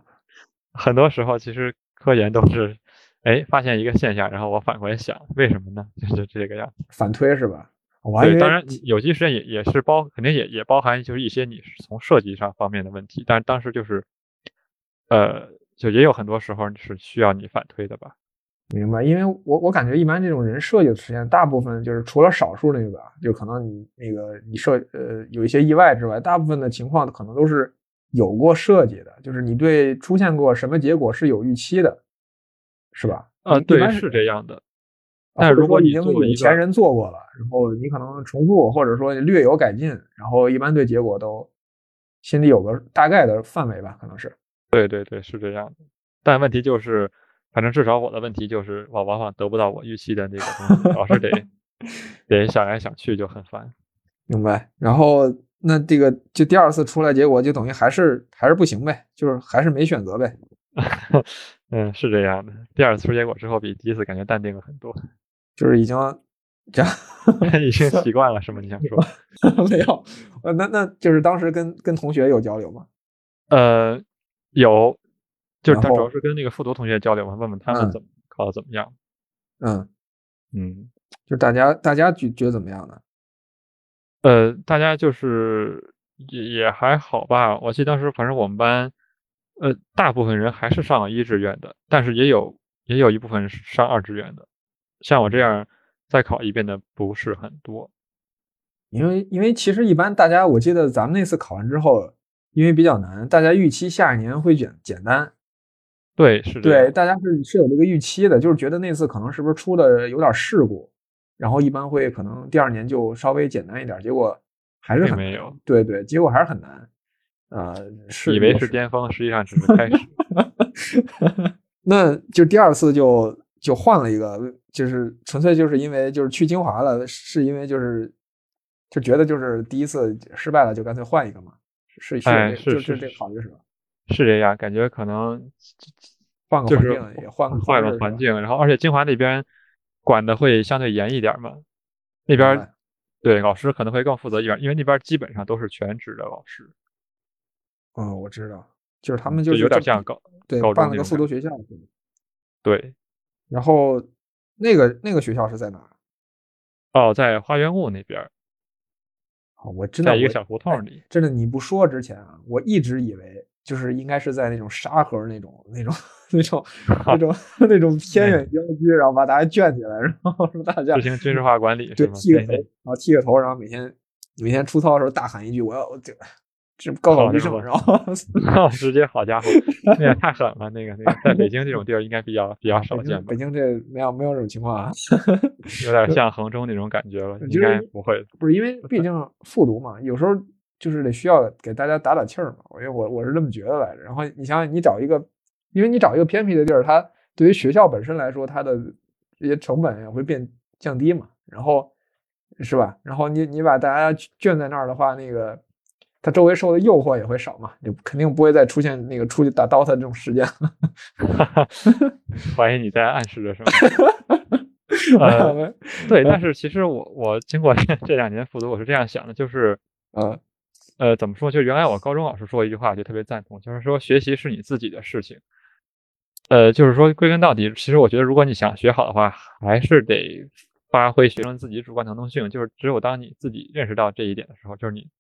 Speaker 2: 很多时候其实科研都是，哎，发现一个现象，然后我反过来想，为什么呢？ 就是这个样子。
Speaker 1: 反推是吧？我还以
Speaker 2: 对，
Speaker 1: 为
Speaker 2: 当然有机实验也也是包，肯定也也包含就是一些你是从设计上方面的问题，但是当时就是，呃，就也有很多时候是需要你反推的吧。
Speaker 1: 明白，因为我我感觉一般这种人设计的实验，大部分就是除了少数那个，就可能你那个你设呃有一些意外之外，大部分的情况可能都是有过设计的，就是你对出现过什么结果是有预期的，啊是吧？
Speaker 2: 呃，
Speaker 1: 一
Speaker 2: 对
Speaker 1: 般，
Speaker 2: 是这样的。
Speaker 1: 啊
Speaker 2: 但
Speaker 1: 或者
Speaker 2: 如果
Speaker 1: 说
Speaker 2: 你
Speaker 1: 已经
Speaker 2: 做一
Speaker 1: 有
Speaker 2: 个
Speaker 1: 前人做过了，然后你可能重复或者说略有改进，然后一般对结果都心里有个大概的范围吧，可能是。
Speaker 2: 对对对，是这样的。但问题就是，反正至少我的问题就是，我往往得不到我预期的那个东西，老是得得想来想去就很烦。
Speaker 1: 明白。然后那这个就第二次出来，结果就等于还是还是不行呗，就是还是没选择呗。
Speaker 2: 嗯，是这样的。第二次出结果之后，比第一次感觉淡定了很多，
Speaker 1: 就是已经这样
Speaker 2: 已经习惯了，是吗？你想说？
Speaker 1: 没有，呃，那那就是当时跟跟同学有交流吗？
Speaker 2: 呃，有，就是他
Speaker 1: 然后
Speaker 2: 主要是跟那个复读同学交流嘛，问问他
Speaker 1: 嗯
Speaker 2: 们怎么考的怎么样。
Speaker 1: 嗯，
Speaker 2: 嗯，
Speaker 1: 就是大家大家觉觉得怎么样呢？嗯
Speaker 2: 呃，大家就是也也还好吧。我记得当时反正我们班，呃，大部分人还是上了一志愿的，但是也有也有一部分是上二志愿的。像我这样再考一遍的不是很多。
Speaker 1: 因为因为其实一般大家，我记得咱们那次考完之后，因为比较难，大家预期下一年会简简单，
Speaker 2: 对，是这
Speaker 1: 对，
Speaker 2: 样。
Speaker 1: 大家是是有这个预期的，就是觉得那次可能是不是出的有点事故，然后一般会可能第二年就稍微简单一点，结果还是
Speaker 2: 并
Speaker 1: 很
Speaker 2: 没
Speaker 1: 难
Speaker 2: 有，
Speaker 1: 对对，结果还是很难，啊、是
Speaker 2: 以为
Speaker 1: 也
Speaker 2: 是巅峰，实际 上只是开始。
Speaker 1: 那就第二次就就换了一个，就是纯粹就是因为就是去清华了，是因为就是就觉得就是第一次失败了，就干脆换一个嘛，是是有
Speaker 2: 哎
Speaker 1: 这
Speaker 2: 是
Speaker 1: 就是就这
Speaker 2: 是
Speaker 1: 考虑是吧？
Speaker 2: 是这样，感觉可能
Speaker 1: 换个
Speaker 2: 就
Speaker 1: 环
Speaker 2: 是
Speaker 1: 境也换个
Speaker 2: 换
Speaker 1: 口味
Speaker 2: 了
Speaker 1: 儿
Speaker 2: 环
Speaker 1: 是吧，
Speaker 2: 境，然后而且清华那边管的会相对严一点儿嘛，那边
Speaker 1: 明
Speaker 2: 儿
Speaker 1: 白
Speaker 2: 对老师可能会更负责一点儿，因为那边儿基本上都是全职的老师，
Speaker 1: 嗯，我知道，就是他们就是
Speaker 2: 有点
Speaker 1: 就
Speaker 2: 像高
Speaker 1: 对
Speaker 2: 高
Speaker 1: 办
Speaker 2: 中
Speaker 1: 了个
Speaker 2: 那
Speaker 1: 复读
Speaker 2: 种感觉。
Speaker 1: 学校是吧，
Speaker 2: 对，
Speaker 1: 然后那个那个学校是在哪儿？
Speaker 2: 哦，在花园路那边儿，
Speaker 1: 啊，我真的
Speaker 2: 在一个
Speaker 1: 我
Speaker 2: 小胡同儿 里，
Speaker 1: 真的你不说之前啊，我一直以为就是应该是在那种沙河那种那种那种那种那种偏远郊区，然后把大家圈起来，然后说大家
Speaker 2: 哎执行军事化管理
Speaker 1: 对
Speaker 2: 是吗？哎
Speaker 1: 剃个
Speaker 2: 那
Speaker 1: 头，然后剃个头，然后每天每天出操的时候大喊一句我要我这这高考
Speaker 2: 好
Speaker 1: 必
Speaker 2: 家
Speaker 1: 胜，
Speaker 2: 伙
Speaker 1: 然后
Speaker 2: 那 直接好家伙，那也太狠了，那个那个，在北京这种地儿应该比较比较少
Speaker 1: 北
Speaker 2: 见
Speaker 1: 京
Speaker 2: 吧
Speaker 1: 北，京这没有没有这种情况啊，
Speaker 2: 有点像衡中那种感觉了，
Speaker 1: 就
Speaker 2: 应
Speaker 1: 是
Speaker 2: 该不会的。
Speaker 1: 不是因 为毕竟复读嘛，有时候就是得需要给大家打打气儿嘛。因为我我是这么觉得来着。然后你想想，你找一个，因为你找一个偏僻的地儿，它对于学校本身来说，它的这些成本也会变降低嘛。然后是吧？然后你你把大家圈在那儿的话，那个他周围受的诱惑也会少嘛，就肯定不会再出现那个出去打 DOTA 这种事件了。
Speaker 2: 怀疑你在暗示 着什么？呃，
Speaker 1: 嗯
Speaker 2: 对，但是其实我我经过 这这两年复读，我是这样想的，就是
Speaker 1: 啊，
Speaker 2: 呃，怎么说？就原来我高中老师说一句话，就特别赞同，就是说学习是你自己的事情。呃，就是说归根到底，其实我觉得，如果你想学好的话，还是得发挥学生自己主观能动性。就是只有当你自己认识到这一点的时候，就是你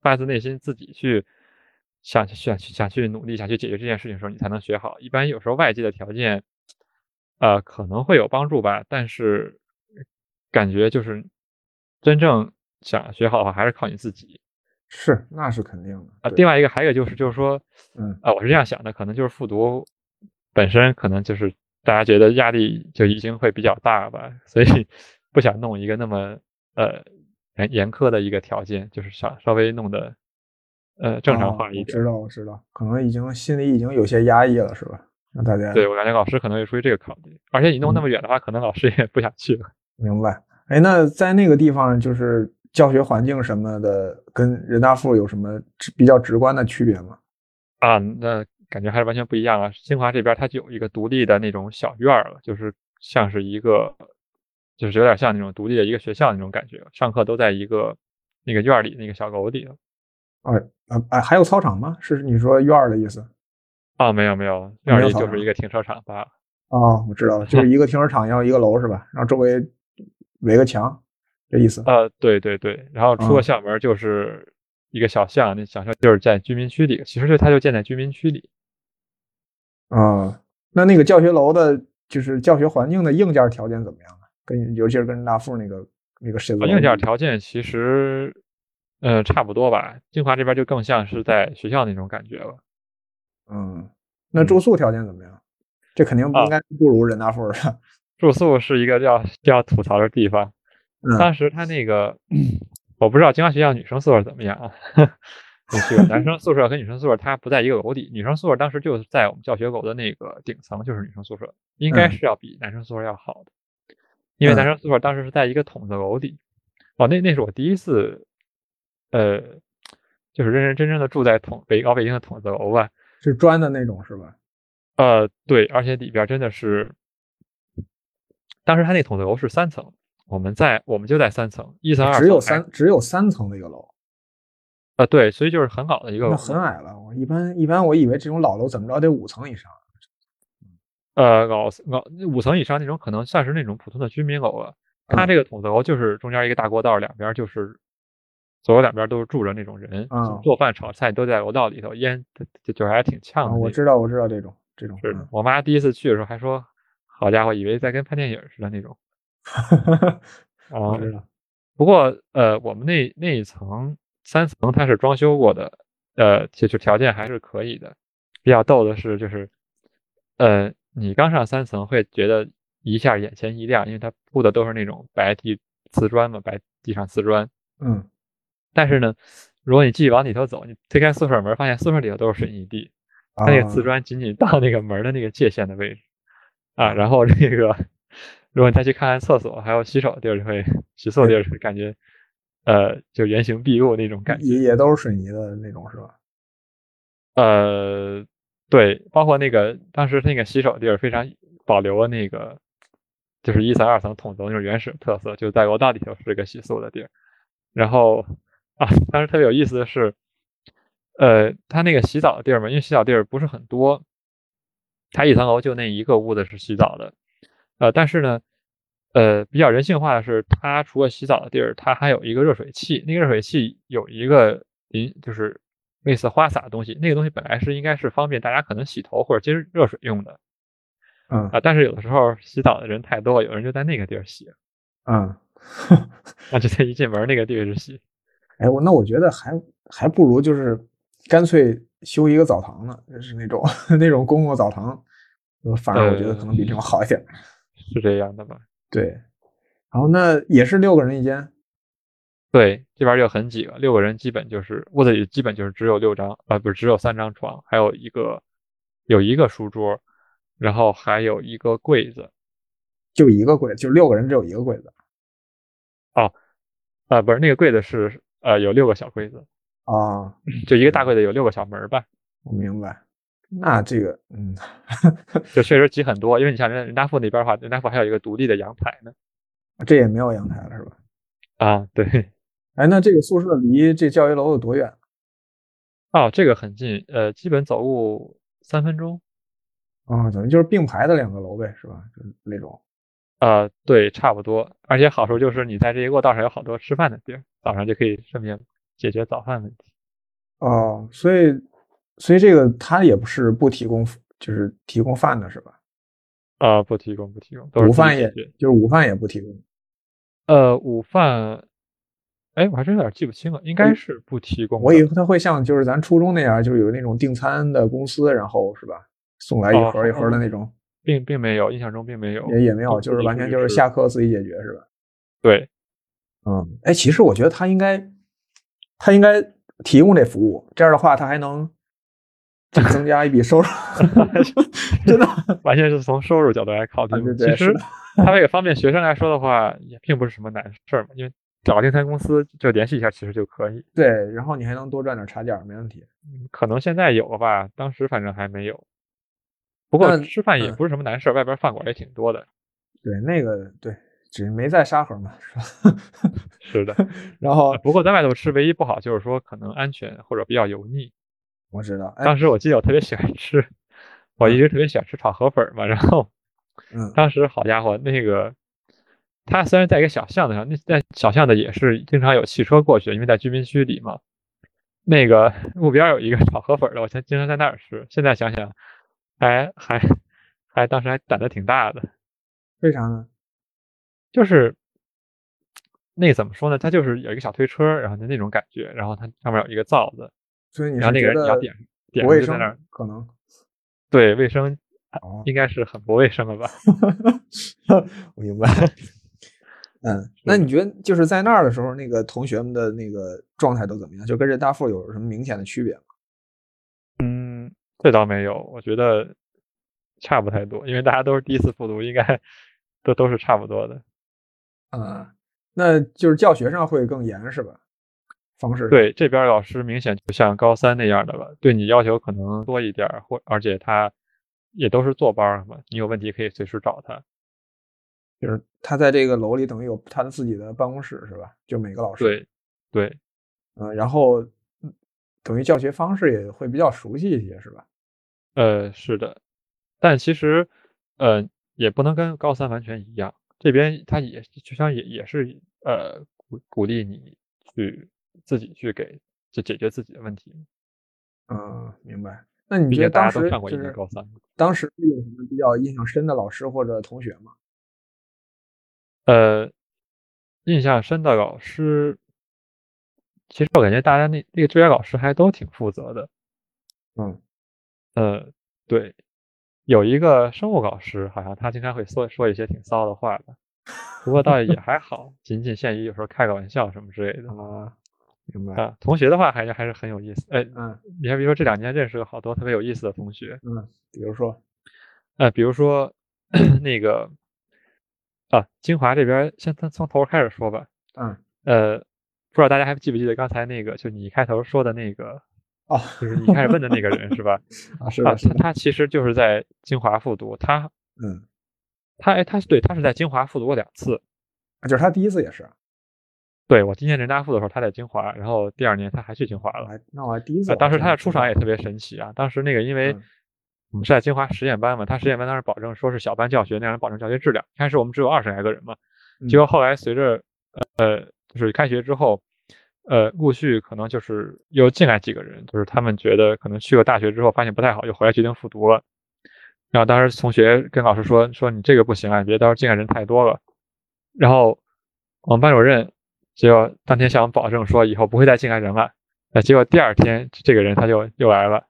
Speaker 2: 发自内心自己去想去想去想去努力，想去解决这件事情的时候，你才能学好。一般有时候外界的条件，呃，可能会有帮助吧，但是感觉就是真正想学好的话，还是靠你自己。
Speaker 1: 是，那是肯定的
Speaker 2: 啊，
Speaker 1: 对
Speaker 2: 另外一个还有一个就是，就是说，
Speaker 1: 嗯，
Speaker 2: 啊，我是这样想的，可能就是复读本身可能就是大家觉得压力就已经会比较大吧，所以不想弄一个那么呃严严苛的一个条件，就是想稍微弄的呃正
Speaker 1: 啊
Speaker 2: 常化一
Speaker 1: 我
Speaker 2: 点。
Speaker 1: 知道，我知道，可能已经心里已经有些压抑了，是吧？让大家
Speaker 2: 对我感觉老师可能也出于这个考虑，而且你弄那
Speaker 1: 嗯
Speaker 2: 么远的话，可能老师也不想去了。
Speaker 1: 明白。哎，那在那个地方，就是教学环境什么的，跟人大附有什么直比较直观的区别吗？
Speaker 2: 啊，那感觉还是完全不一样啊！清华这边儿它就有一个独立的那种小院儿了，就是像是一个，就是有点像那种独立的一个学校那种感觉，上课都在一个那个院儿里那个小楼里了。
Speaker 1: 啊啊，还有操场吗？是你说院儿的意思？
Speaker 2: 啊，没有没有，院
Speaker 1: 没
Speaker 2: 儿
Speaker 1: 有
Speaker 2: 里
Speaker 1: 操
Speaker 2: 就是
Speaker 1: 场
Speaker 2: 一个停车场吧？
Speaker 1: 哦，我知道了， 就是一个停车场，然后一个楼是吧？然后周围围个墙，这意思。
Speaker 2: 呃，对对对，然后出
Speaker 1: 嗯
Speaker 2: 个校门儿就是一个小巷，那小巷就是在居民区里，其实就它就建在居民区里。
Speaker 1: 啊，那那个教学楼的，就是教学环境的硬件条件怎么样呢？跟尤其是跟人大附那个那个写字楼
Speaker 2: 环境
Speaker 1: 比
Speaker 2: 件条件其实，呃，差不多吧。清华这边儿就更像是在学校那种感觉了。
Speaker 1: 嗯，那住宿条件怎么样？这肯定不
Speaker 2: 啊
Speaker 1: 应该不如人大附是 吧？
Speaker 2: 住宿是一个要要吐槽的地方。
Speaker 1: 嗯，
Speaker 2: 当时他那个，我不知道清华学校女生宿舍怎么样啊。 没去过男生宿舍和女生宿舍，它不在一个楼里。女生宿舍当时就是在我们教学楼的那个顶层，就是女生宿舍，应该
Speaker 1: 嗯
Speaker 2: 是要比男生宿舍要好的，因为男
Speaker 1: 嗯
Speaker 2: 生宿舍当时是在一个筒子楼里。哦，那那是我第一次，呃，就是认认真真的住在筒北老北京的筒子楼吧。
Speaker 1: 是砖的那种是吧？
Speaker 2: 呃，对，而且里边儿真的是，当时他那筒子楼是三层，我们在我们就在三层，一层二层
Speaker 1: 只有
Speaker 2: 还
Speaker 1: 三只有三层的一个楼，
Speaker 2: 呃对，所以就是很好的一个嗯
Speaker 1: 那很矮了。我一般一般我以为这种老楼怎么着得五层以上。
Speaker 2: 呃老老五层以上那种可能算是那种普通的居民楼了。他
Speaker 1: 嗯
Speaker 2: 这个筒子楼就是中间一个大过道，两边就是左右两边都是住着那种人，
Speaker 1: 啊
Speaker 2: 做饭炒菜都在楼道里头，烟就就还挺呛
Speaker 1: 啊，
Speaker 2: 的那种。
Speaker 1: 我知道我知道这种这种，
Speaker 2: 是的
Speaker 1: 嗯
Speaker 2: 我妈第一次去的时候还说，好家伙，以为在跟看电影似的那种。
Speaker 1: 我
Speaker 2: 哦，
Speaker 1: 知道。
Speaker 2: 不过呃，我们那那一层三层它是装修过的，呃，其实条件还是可以的。比较逗的是，就是呃，你刚上三层会觉得一下眼前一亮，因为它铺的都是那种白地瓷砖嘛，白地上瓷砖。
Speaker 1: 嗯，
Speaker 2: 但是呢，如果你继续往里头走，你推开宿舍门，发现宿舍里头都是水泥地，它那个瓷
Speaker 1: 啊
Speaker 2: 砖仅仅到那个门儿的那个界限的位置啊。然后这个，如果你再去看看厕所，还有洗手的地儿，就会洗漱的地儿，会感觉呃，就原形毕露那种感觉。
Speaker 1: 也也都是水泥的那种是吧？
Speaker 2: 呃，对，包括那个当时那个洗手地儿非常保留了那个。就是一层、二层筒子那种原始特色，就在楼道里头是个洗漱的地儿。然后啊，当时特别有意思的是，呃，他那个洗澡的地儿嘛，因为洗澡地儿不是很多，他一层楼就那一个屋子是洗澡的，呃，但是呢，呃，比较人性化的是，它除了洗澡的地儿，它还有一个热水器，那个热水器有一个淋，就是类似花洒的东西，那个东西本来是应该是方便大家可能洗头或者接热水用的
Speaker 1: 嗯
Speaker 2: 啊，但是有的时候洗澡的人太多，有人就在那个地儿洗，
Speaker 1: 嗯，
Speaker 2: 啊，就在一进门儿那个地儿洗。
Speaker 1: 哎，我那我觉得还还不如就是干脆修一个澡堂呢，就是那种 那种公共澡堂，呃反而我觉得可能比这种好一点。
Speaker 2: 是这样的吧？
Speaker 1: 对，然后那也是六个人一间，
Speaker 2: 对，这边儿就很挤了，六个人基本就是屋子里基本就是只有六张啊、不是只有三张床，还有一个有一个书桌，然后还有一个柜子
Speaker 1: 就一个柜，就六个人只有一个柜子。
Speaker 2: 啊、不是那个柜子是呃有六个小柜子，
Speaker 1: 啊，
Speaker 2: 就一个大柜子有六个小门儿吧，
Speaker 1: 我明白。那这个，嗯，
Speaker 2: 就确实挤很多，因为你像人人大附那边儿的话，人大附还有一个独立的阳台呢。
Speaker 1: 这也没有阳台了是吧？
Speaker 2: 啊，对，
Speaker 1: 哎，那这个宿舍离这教学楼有多远？
Speaker 2: 哦，这个很近，呃，基本走路三分钟。
Speaker 1: 啊，等于就是并排的两个楼呗，是吧？就是那种。
Speaker 2: 呃，对，差不多。而且好处就是你在这一过道上有好多吃饭的地儿，早上就可以顺便解决早饭问题。
Speaker 1: 哦，所以，所以这个他也不是不提供，就是提供饭的是吧？
Speaker 2: 啊、不提供，不提供，都是
Speaker 1: 午
Speaker 2: 自己嗯
Speaker 1: 饭
Speaker 2: 解
Speaker 1: 也
Speaker 2: 决
Speaker 1: 就是午饭也不提供。
Speaker 2: 呃，午饭，哎，我还真有点记不清了，应该
Speaker 1: 我
Speaker 2: 是不提供的。
Speaker 1: 我以为他会像就是咱初中那样，就是有那种订餐的公司，然后是吧，送来一
Speaker 2: 哦
Speaker 1: 盒儿一
Speaker 2: 好
Speaker 1: 盒儿的
Speaker 2: 像
Speaker 1: 那种，
Speaker 2: 并并没有，印象中并没有，
Speaker 1: 也也没
Speaker 2: 我
Speaker 1: 有，
Speaker 2: 自
Speaker 1: 就是
Speaker 2: 己
Speaker 1: 完
Speaker 2: 出
Speaker 1: 全
Speaker 2: 去
Speaker 1: 就是
Speaker 2: 吃
Speaker 1: 下课自己解决是吧？
Speaker 2: 对，
Speaker 1: 嗯，哎，其实我觉得他应该，他应该提供这服务，这样的话他还 能增加一笔收入。真的，
Speaker 2: 完全是从收入角度来考虑
Speaker 1: 啊
Speaker 2: 嘛。
Speaker 1: 对对
Speaker 2: 其
Speaker 1: 是
Speaker 2: 实
Speaker 1: 的
Speaker 2: 它为了方便学生来说的话，也并不是什么难事儿嘛，因为找订餐公司就联系一下，其实就可以。
Speaker 1: 对，然后你还能多赚点差价，没问题。
Speaker 2: 嗯可能现在有了吧，当时反正还没有。不过
Speaker 1: 但
Speaker 2: 吃饭也
Speaker 1: 嗯
Speaker 2: 不是什么难事儿，外边饭馆也挺多的。
Speaker 1: 对，那个对，只是没在沙河嘛，是吧？
Speaker 2: 是的，
Speaker 1: 然后
Speaker 2: 啊不过在外头吃唯一不好就是说可能安全或者比较油腻。
Speaker 1: 我知道，哎，
Speaker 2: 当时我记得我特别喜欢吃， 我一直特别喜欢吃炒河粉儿嘛。然后
Speaker 1: 嗯，
Speaker 2: 当时好家伙，那个它虽然在一个小巷子上，那但小巷子也是经常有汽车过去，因为在居民区里嘛。那个路边儿有一个炒河粉儿的，我经经常在那儿吃。现在想想，还还还当时还胆子挺大的，
Speaker 1: 为啥呢？
Speaker 2: 就是那怎么说呢？它就是有一个小推车儿，然后就那种感觉，然后它上面有一个罩子，
Speaker 1: 所以你
Speaker 2: 然后
Speaker 1: 是
Speaker 2: 那个
Speaker 1: 觉
Speaker 2: 人你要
Speaker 1: 得
Speaker 2: 点点
Speaker 1: 不卫
Speaker 2: 上就
Speaker 1: 生
Speaker 2: 在那儿，啊
Speaker 1: 可能？
Speaker 2: 对卫生
Speaker 1: 哦，
Speaker 2: 应该是很不卫生了吧？
Speaker 1: 我明白。 嗯，那你觉得就是在那儿的时候，那个同学们的那个状态都怎么样？就跟人大附有什么明显的区别吗？
Speaker 2: 嗯，这倒没有，我觉得差不太多，因为大家都是第一次复读，应该都都是差不多的。嗯
Speaker 1: 啊、那就是教学上会更严是吧？方式，
Speaker 2: 对，这边儿老师明显就像高三那样的了，对你要求可能多一点儿，或而且他也都是坐班儿嘛，你有问题可以随时找他。
Speaker 1: 就是他在这个楼里等于有他的自己的办公室是吧？就每个老师，
Speaker 2: 对，对，
Speaker 1: 嗯、然后嗯等于教学方式也会比较熟悉一些是吧？
Speaker 2: 呃，是的，但其实，呃，也不能跟高三完全一样。这边他也就像也也是呃鼓鼓励你去自己去给就解决自己的问题，
Speaker 1: 嗯，明白。那你
Speaker 2: 毕
Speaker 1: 觉
Speaker 2: 竟
Speaker 1: 得
Speaker 2: 大
Speaker 1: 当
Speaker 2: 家都
Speaker 1: 时
Speaker 2: 上过一
Speaker 1: 就
Speaker 2: 年
Speaker 1: 是
Speaker 2: 高三。
Speaker 1: 当时有什么比较印象深的老师或者同学吗？
Speaker 2: 呃，印象深的老师，其实我感觉大家那那个志愿老师还都挺负责的。
Speaker 1: 嗯，
Speaker 2: 呃，对，有一个生物老师，好像他经常会说说一些挺骚的话吧，不过倒也还好，仅仅限于有时候开个玩笑什么之类的
Speaker 1: 啊，明白。
Speaker 2: 啊。同学的话还是还是很有意思。哎，
Speaker 1: 嗯
Speaker 2: 你还别说，这两年认识了好多特别有意思的同学，
Speaker 1: 嗯，比如说，
Speaker 2: 呃，比如说 那个啊，清华这边儿先从从头儿开始说吧。
Speaker 1: 嗯，
Speaker 2: 呃，不知道大家还记不记得刚才那个，就你一开头说的那个，
Speaker 1: 哦，
Speaker 2: 就是你一开始问的那个人 是吧？
Speaker 1: 啊，是
Speaker 2: 啊，
Speaker 1: 的，是
Speaker 2: 他
Speaker 1: 的，
Speaker 2: 他其实就是在清华复读，他
Speaker 1: 嗯，
Speaker 2: 他哎，他是对，他是在清华复读过两次。
Speaker 1: 就是他第一次也
Speaker 2: 啊
Speaker 1: 是，
Speaker 2: 对我今年人大附的时候，他在清华，然后第二年他还去清华
Speaker 1: 我
Speaker 2: 了。
Speaker 1: 还哎那我还第一次
Speaker 2: 呃，
Speaker 1: 我还真不知道、
Speaker 2: 当时他的出场也特别神奇啊！当时那个，因为
Speaker 1: 嗯
Speaker 2: 我们是在清华实验班嘛，他实验班当时保证说是小班教学，那样保证教学质量。一开始我们只有二十来个人嘛，
Speaker 1: 嗯
Speaker 2: 结果后来随着呃就是开学之后，呃陆续可能就是又进来几个人，就是他们觉得可能去了大学之后发现不太好，又回来决定复读了。然后当时同学跟老师说说你这个不行啊，你别到时候进来人太多了。然后我们班主任结果当天向我们保证说以后不会再进来人了。那结果第二天这个人他就又来了，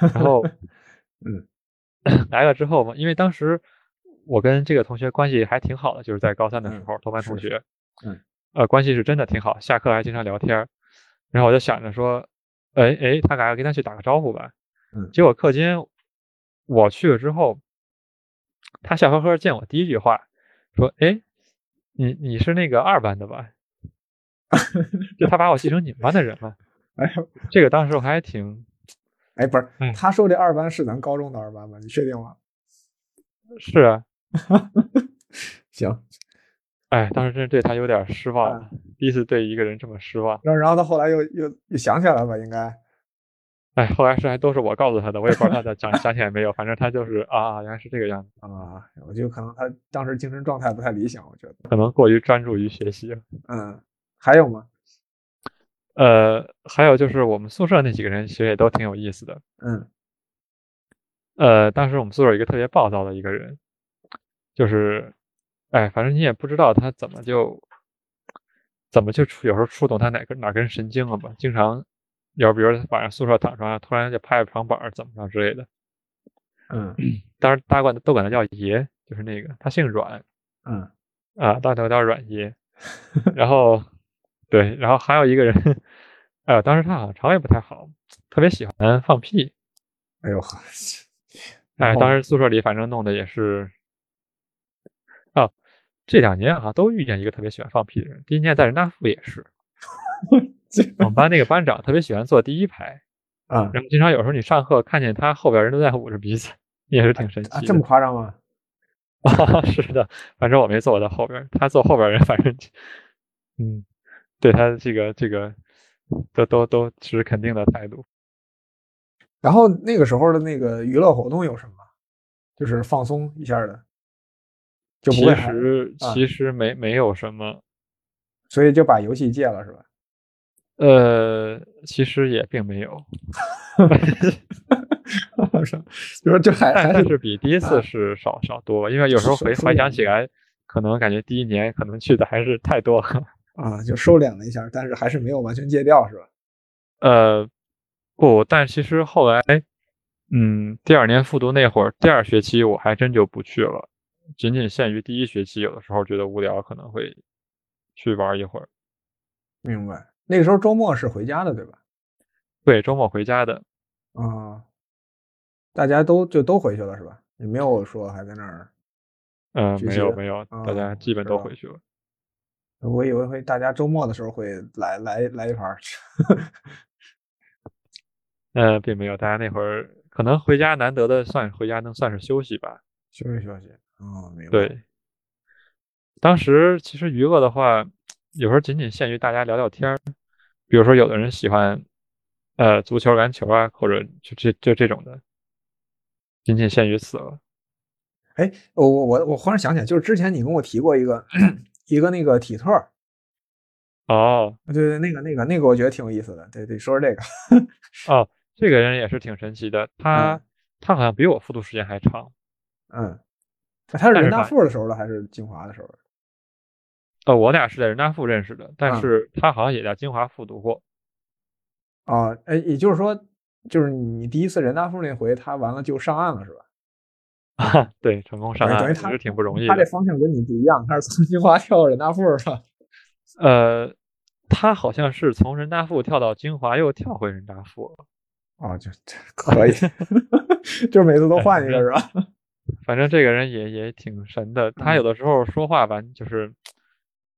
Speaker 2: 然后
Speaker 1: 嗯
Speaker 2: 来了之后嘛，因为当时我跟这个同学关系还挺好的，就是在高三的时
Speaker 1: 嗯
Speaker 2: 候，同班
Speaker 1: 是
Speaker 2: 同
Speaker 1: 是
Speaker 2: 学，
Speaker 1: 嗯，
Speaker 2: 呃，关系是真的挺好，下课还经常聊天儿。然后我就想着说，哎哎，他来了，跟他去打个招呼吧。
Speaker 1: 嗯
Speaker 2: 结果课间我去了之后，他笑呵呵见我第一句话说，哎，你你是那个二班 的吧？就他把我记成你们班的人了。
Speaker 1: 哎呦
Speaker 2: 这个当时我还挺
Speaker 1: 哎，不是
Speaker 2: 嗯，
Speaker 1: 他说这二班是咱高中的二班吗？你确定吗？
Speaker 2: 是啊，
Speaker 1: 行，
Speaker 2: 嗯哎，当时真是对他有点儿失望
Speaker 1: 嗯
Speaker 2: 了，第一次对一个人这么失望。
Speaker 1: 然后然后他后来又又又想起来了吧？应该，
Speaker 2: 哎，后来是还都是我告诉他的，我也不知道他的想想起来没有，反正他就是啊，原来是这个样子，
Speaker 1: 啊，我就可能他当时精神状态不太理想，我觉得。
Speaker 2: 可能过于专注于学习了。
Speaker 1: 嗯，还有吗？
Speaker 2: 呃，还有就是我们宿舍那几个人其实也都挺有意思的。
Speaker 1: 嗯
Speaker 2: 呃，当时我们宿舍有一个特别暴躁的一个人，就是，哎，反正你也不知道他怎么就，怎么就触，有时候触动他哪根哪根神经了吧？经常，有时候比如晚上宿舍躺床上，突然就拍拍床板儿怎么着之类的。
Speaker 1: 嗯
Speaker 2: 当然大家管都管他叫爷，就是那个他姓阮
Speaker 1: 嗯
Speaker 2: 啊，大家都叫阮爷。然后，对，然后还有一个人，哎、当时他好像肠胃不太好，特别喜欢放屁。
Speaker 1: 哎呦， 然
Speaker 2: 哎，
Speaker 1: 后
Speaker 2: 当时宿舍里反正弄的也是，啊，这两年啊都遇见一个特别喜欢放屁的人。第一年在人大附也是，
Speaker 1: 这
Speaker 2: 我们班那个班长特别喜欢坐第一排，
Speaker 1: 啊
Speaker 2: 然后经常有时候你上课看见他后边人都在捂着鼻子，也是挺神
Speaker 1: 啊，
Speaker 2: 奇
Speaker 1: 这
Speaker 2: 的
Speaker 1: 么。夸张吗？
Speaker 2: 啊， 是的，反正我没坐我的后边儿，他坐后边儿人，反正就，嗯，对他这个这个都都都持肯定的态度。
Speaker 1: 然后那个时候的那个娱乐活动有什么？就是放松一下的，就不
Speaker 2: 其
Speaker 1: 会还，
Speaker 2: 实
Speaker 1: 啊
Speaker 2: 其实没没有什么，
Speaker 1: 所以就把游戏戒了是吧？
Speaker 2: 呃，其实也并没有，
Speaker 1: 是吧就是这还
Speaker 2: 但
Speaker 1: 还
Speaker 2: 但
Speaker 1: 是啊
Speaker 2: 是比第一次是少少多，因为有时候
Speaker 1: 是
Speaker 2: 回
Speaker 1: 是
Speaker 2: 回
Speaker 1: 的
Speaker 2: 想起来，可能感觉第一年可能去的还是太多了。
Speaker 1: 啊，就收敛了一下，但是还是没有完全戒掉是吧？
Speaker 2: 呃，不，但其实后来，嗯，第二年复读那会儿，第二学期我还真就不去了，仅仅限于第一学期，有的时候觉得无聊可能会去玩一会儿。
Speaker 1: 明白。那个时候周末是回家的对吧？
Speaker 2: 对，周末回家的，
Speaker 1: 啊，大家都就都回去了是吧？也没有说还在那儿，
Speaker 2: 嗯、
Speaker 1: 学
Speaker 2: 没
Speaker 1: 习
Speaker 2: 有
Speaker 1: 的
Speaker 2: 没有，大家
Speaker 1: 哦
Speaker 2: 基本
Speaker 1: 知
Speaker 2: 都
Speaker 1: 道
Speaker 2: 回去了。
Speaker 1: 我以为会大家周末的时候会来来来一盘儿。
Speaker 2: 呃嗯、并没有，大家那会儿可能回家难得的算回家能算是休息吧。
Speaker 1: 休息休息，嗯，明白。，
Speaker 2: 对，当时其实娱乐的话，有时候仅仅限于大家聊聊天儿，比如说有的人喜欢呃足球、篮球啊，或者就这就这种的，仅仅限于此了。
Speaker 1: 哎，我我我我忽然想起来，就是之前你跟我提过一个 一个那个体特儿，
Speaker 2: 哦
Speaker 1: 对对，那个那个那个，我觉得挺有意思的。对对，说说这个，
Speaker 2: 哦，这个人也是挺神奇的，他、
Speaker 1: 嗯
Speaker 2: 他好像比我复读时间还长。
Speaker 1: 嗯，他是
Speaker 2: 但
Speaker 1: 人
Speaker 2: 是
Speaker 1: 大
Speaker 2: 吧
Speaker 1: 附的时候了还是清华的时候？
Speaker 2: 呃，我俩是在人大附认识的，但
Speaker 1: 嗯
Speaker 2: 是他好像也在清华复读过。
Speaker 1: 啊，哎，也就是说，就是你第一次人大附那回，他完了就上岸了，是吧？
Speaker 2: 啊，对，成功上
Speaker 1: 等于
Speaker 2: 岸
Speaker 1: 等于
Speaker 2: 也
Speaker 1: 他
Speaker 2: 是挺不容易
Speaker 1: 他这
Speaker 2: 的。
Speaker 1: 方向跟你不一样，他是从清华跳人大附是吧？
Speaker 2: 呃，他好像是从人大附跳到清华，又跳回人大附了。
Speaker 1: 哦，就 可以，就是每次都换一个是吧？
Speaker 2: 反正这个人也也挺神的，他有的时候说话吧，就是，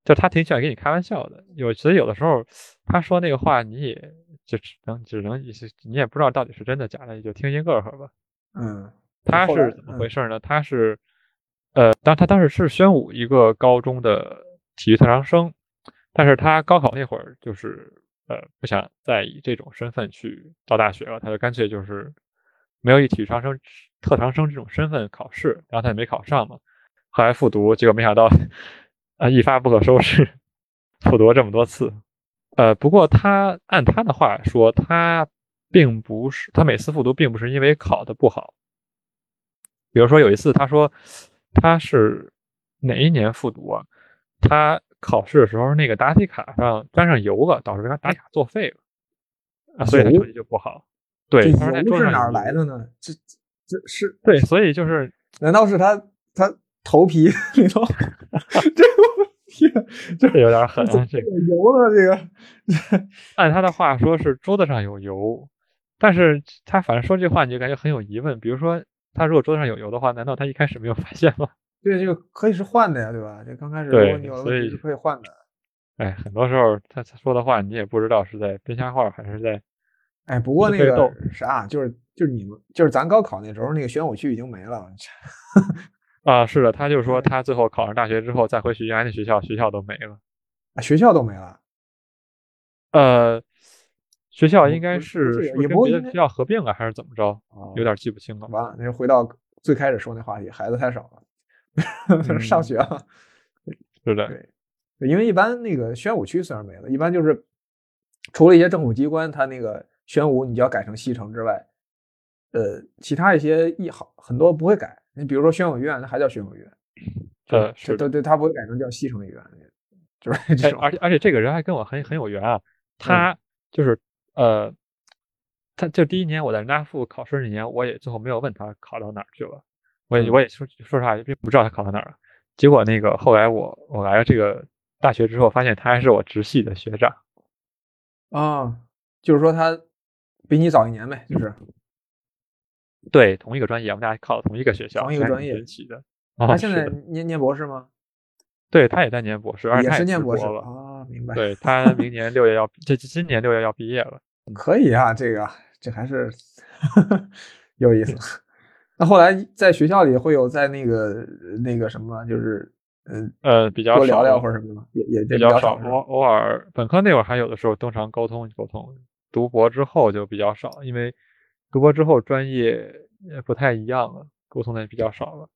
Speaker 2: 就他挺喜欢跟你开玩笑的。有所以有的时候他说那个话，你也就只能只能也是你也不知道到底是真的假的，也就听一乐呵吧。
Speaker 1: 嗯，
Speaker 2: 他
Speaker 1: 后来嗯
Speaker 2: 是怎么回事呢？他是，呃，当他当时是宣武一个高中的体育特长生，但是他高考那会儿就是呃不想再以这种身份去到大学了，他就干脆就是没有以体育特长生特长生这种身份考试，然后他也没考上嘛，后来复读，结果没想到 啊一发不可收拾， 复读了这么多次。呃，不过他按他的话说，他并不是他每次复读并不是因为考的不好，比如说有一次他说他是哪一年复读啊？他考试的时候那个答题卡上沾上油了，导致他答题卡作废了，啊，所以他
Speaker 1: 油
Speaker 2: 成绩就不好。对，他
Speaker 1: 这
Speaker 2: 说在
Speaker 1: 油
Speaker 2: 桌
Speaker 1: 是
Speaker 2: 上
Speaker 1: 哪
Speaker 2: 有
Speaker 1: 儿来
Speaker 2: 油？
Speaker 1: 的呢？这这这是
Speaker 2: 对，所以就是
Speaker 1: 难道是他他头皮里头？ 这我天，这
Speaker 2: 这有点狠
Speaker 1: 这
Speaker 2: 啊，这个。
Speaker 1: 啊有油了，这个
Speaker 2: 按他的话说是桌子上有油，但是他反正说这话你就感觉很有疑问。比如说，他如果桌子上有油的话，难道他一开始没有发现吗？
Speaker 1: 对这个可以是换的呀，对吧？这刚开始如
Speaker 2: 对
Speaker 1: 果你有了
Speaker 2: 所
Speaker 1: 问题
Speaker 2: 以
Speaker 1: 是可以换的。
Speaker 2: 哎，很多时候他他说的话你也不知道是在编瞎话还是在
Speaker 1: 哎，不过那
Speaker 2: 是被
Speaker 1: 个
Speaker 2: 逗
Speaker 1: 啥，啊就是就是你们就是咱高考那时候那个玄武区已经没了，
Speaker 2: 啊、是的，他就说他最后考上大学之后再回原来的学校，学校都没了。
Speaker 1: 啊学校都没了。
Speaker 2: 呃，学校
Speaker 1: 不
Speaker 2: 应该
Speaker 1: 哦不
Speaker 2: 是
Speaker 1: 不是
Speaker 2: 是不
Speaker 1: 也
Speaker 2: 是跟
Speaker 1: 不
Speaker 2: 别
Speaker 1: 应
Speaker 2: 的
Speaker 1: 该
Speaker 2: 学校合并了还是怎么着？
Speaker 1: 啊
Speaker 2: 有点记不清了。
Speaker 1: 完了，那就回到最开始说那话题，孩子太少了，
Speaker 2: 嗯
Speaker 1: 上学了。
Speaker 2: 是的，
Speaker 1: 对，因为一般那个宣武区虽然没了，一般就是除了一些政府机关，它那个宣武你就要改成西城之外，呃，其他一些一好很多不会改。你比如说宣武医院，它还叫宣武医院，
Speaker 2: 呃，
Speaker 1: 这
Speaker 2: 是的。
Speaker 1: 对对，它不会改成叫西城医院，就是 这
Speaker 2: 哎，
Speaker 1: 种。
Speaker 2: 而且而且这个人还跟我很很有缘
Speaker 1: 嗯
Speaker 2: 啊，他就是、呃，他就第一年我在人大附考试那年，我也最后没有问他考到哪儿去了，我也
Speaker 1: 嗯
Speaker 2: 我也说说实话也并不知道他考到哪儿了。结果那个后来我我来了这个大学之后，发现他还是我直系的学长，
Speaker 1: 啊，就是说他比你早一年呗，就是
Speaker 2: 啊对，同一个专业，我们俩考同一个学校，
Speaker 1: 同一个
Speaker 2: 还挺
Speaker 1: 专业
Speaker 2: 神奇的。啊，
Speaker 1: 他现
Speaker 2: 是
Speaker 1: 在
Speaker 2: 的
Speaker 1: 念念博士吗？
Speaker 2: 对他也在念博士，而且
Speaker 1: 也
Speaker 2: 他
Speaker 1: 是
Speaker 2: 也
Speaker 1: 念
Speaker 2: 直
Speaker 1: 博士
Speaker 2: 了。
Speaker 1: 啊，明白。
Speaker 2: 对他明年六月要，这这今年六月要毕业了。
Speaker 1: 可以啊，这个这还是 有意思。 那后来在学校里会有在那个那个什么，就是嗯，
Speaker 2: 呃，比较
Speaker 1: 多聊
Speaker 2: 少
Speaker 1: 聊
Speaker 2: 了
Speaker 1: 或者什么的吗，也也
Speaker 2: 比
Speaker 1: 较少
Speaker 2: 较少，
Speaker 1: 是吧
Speaker 2: 偶偶尔本科那会儿还有的时候经常沟通沟通，读博之后就比较少，因为读博之后专业也不太一样了，沟通的也比较少了。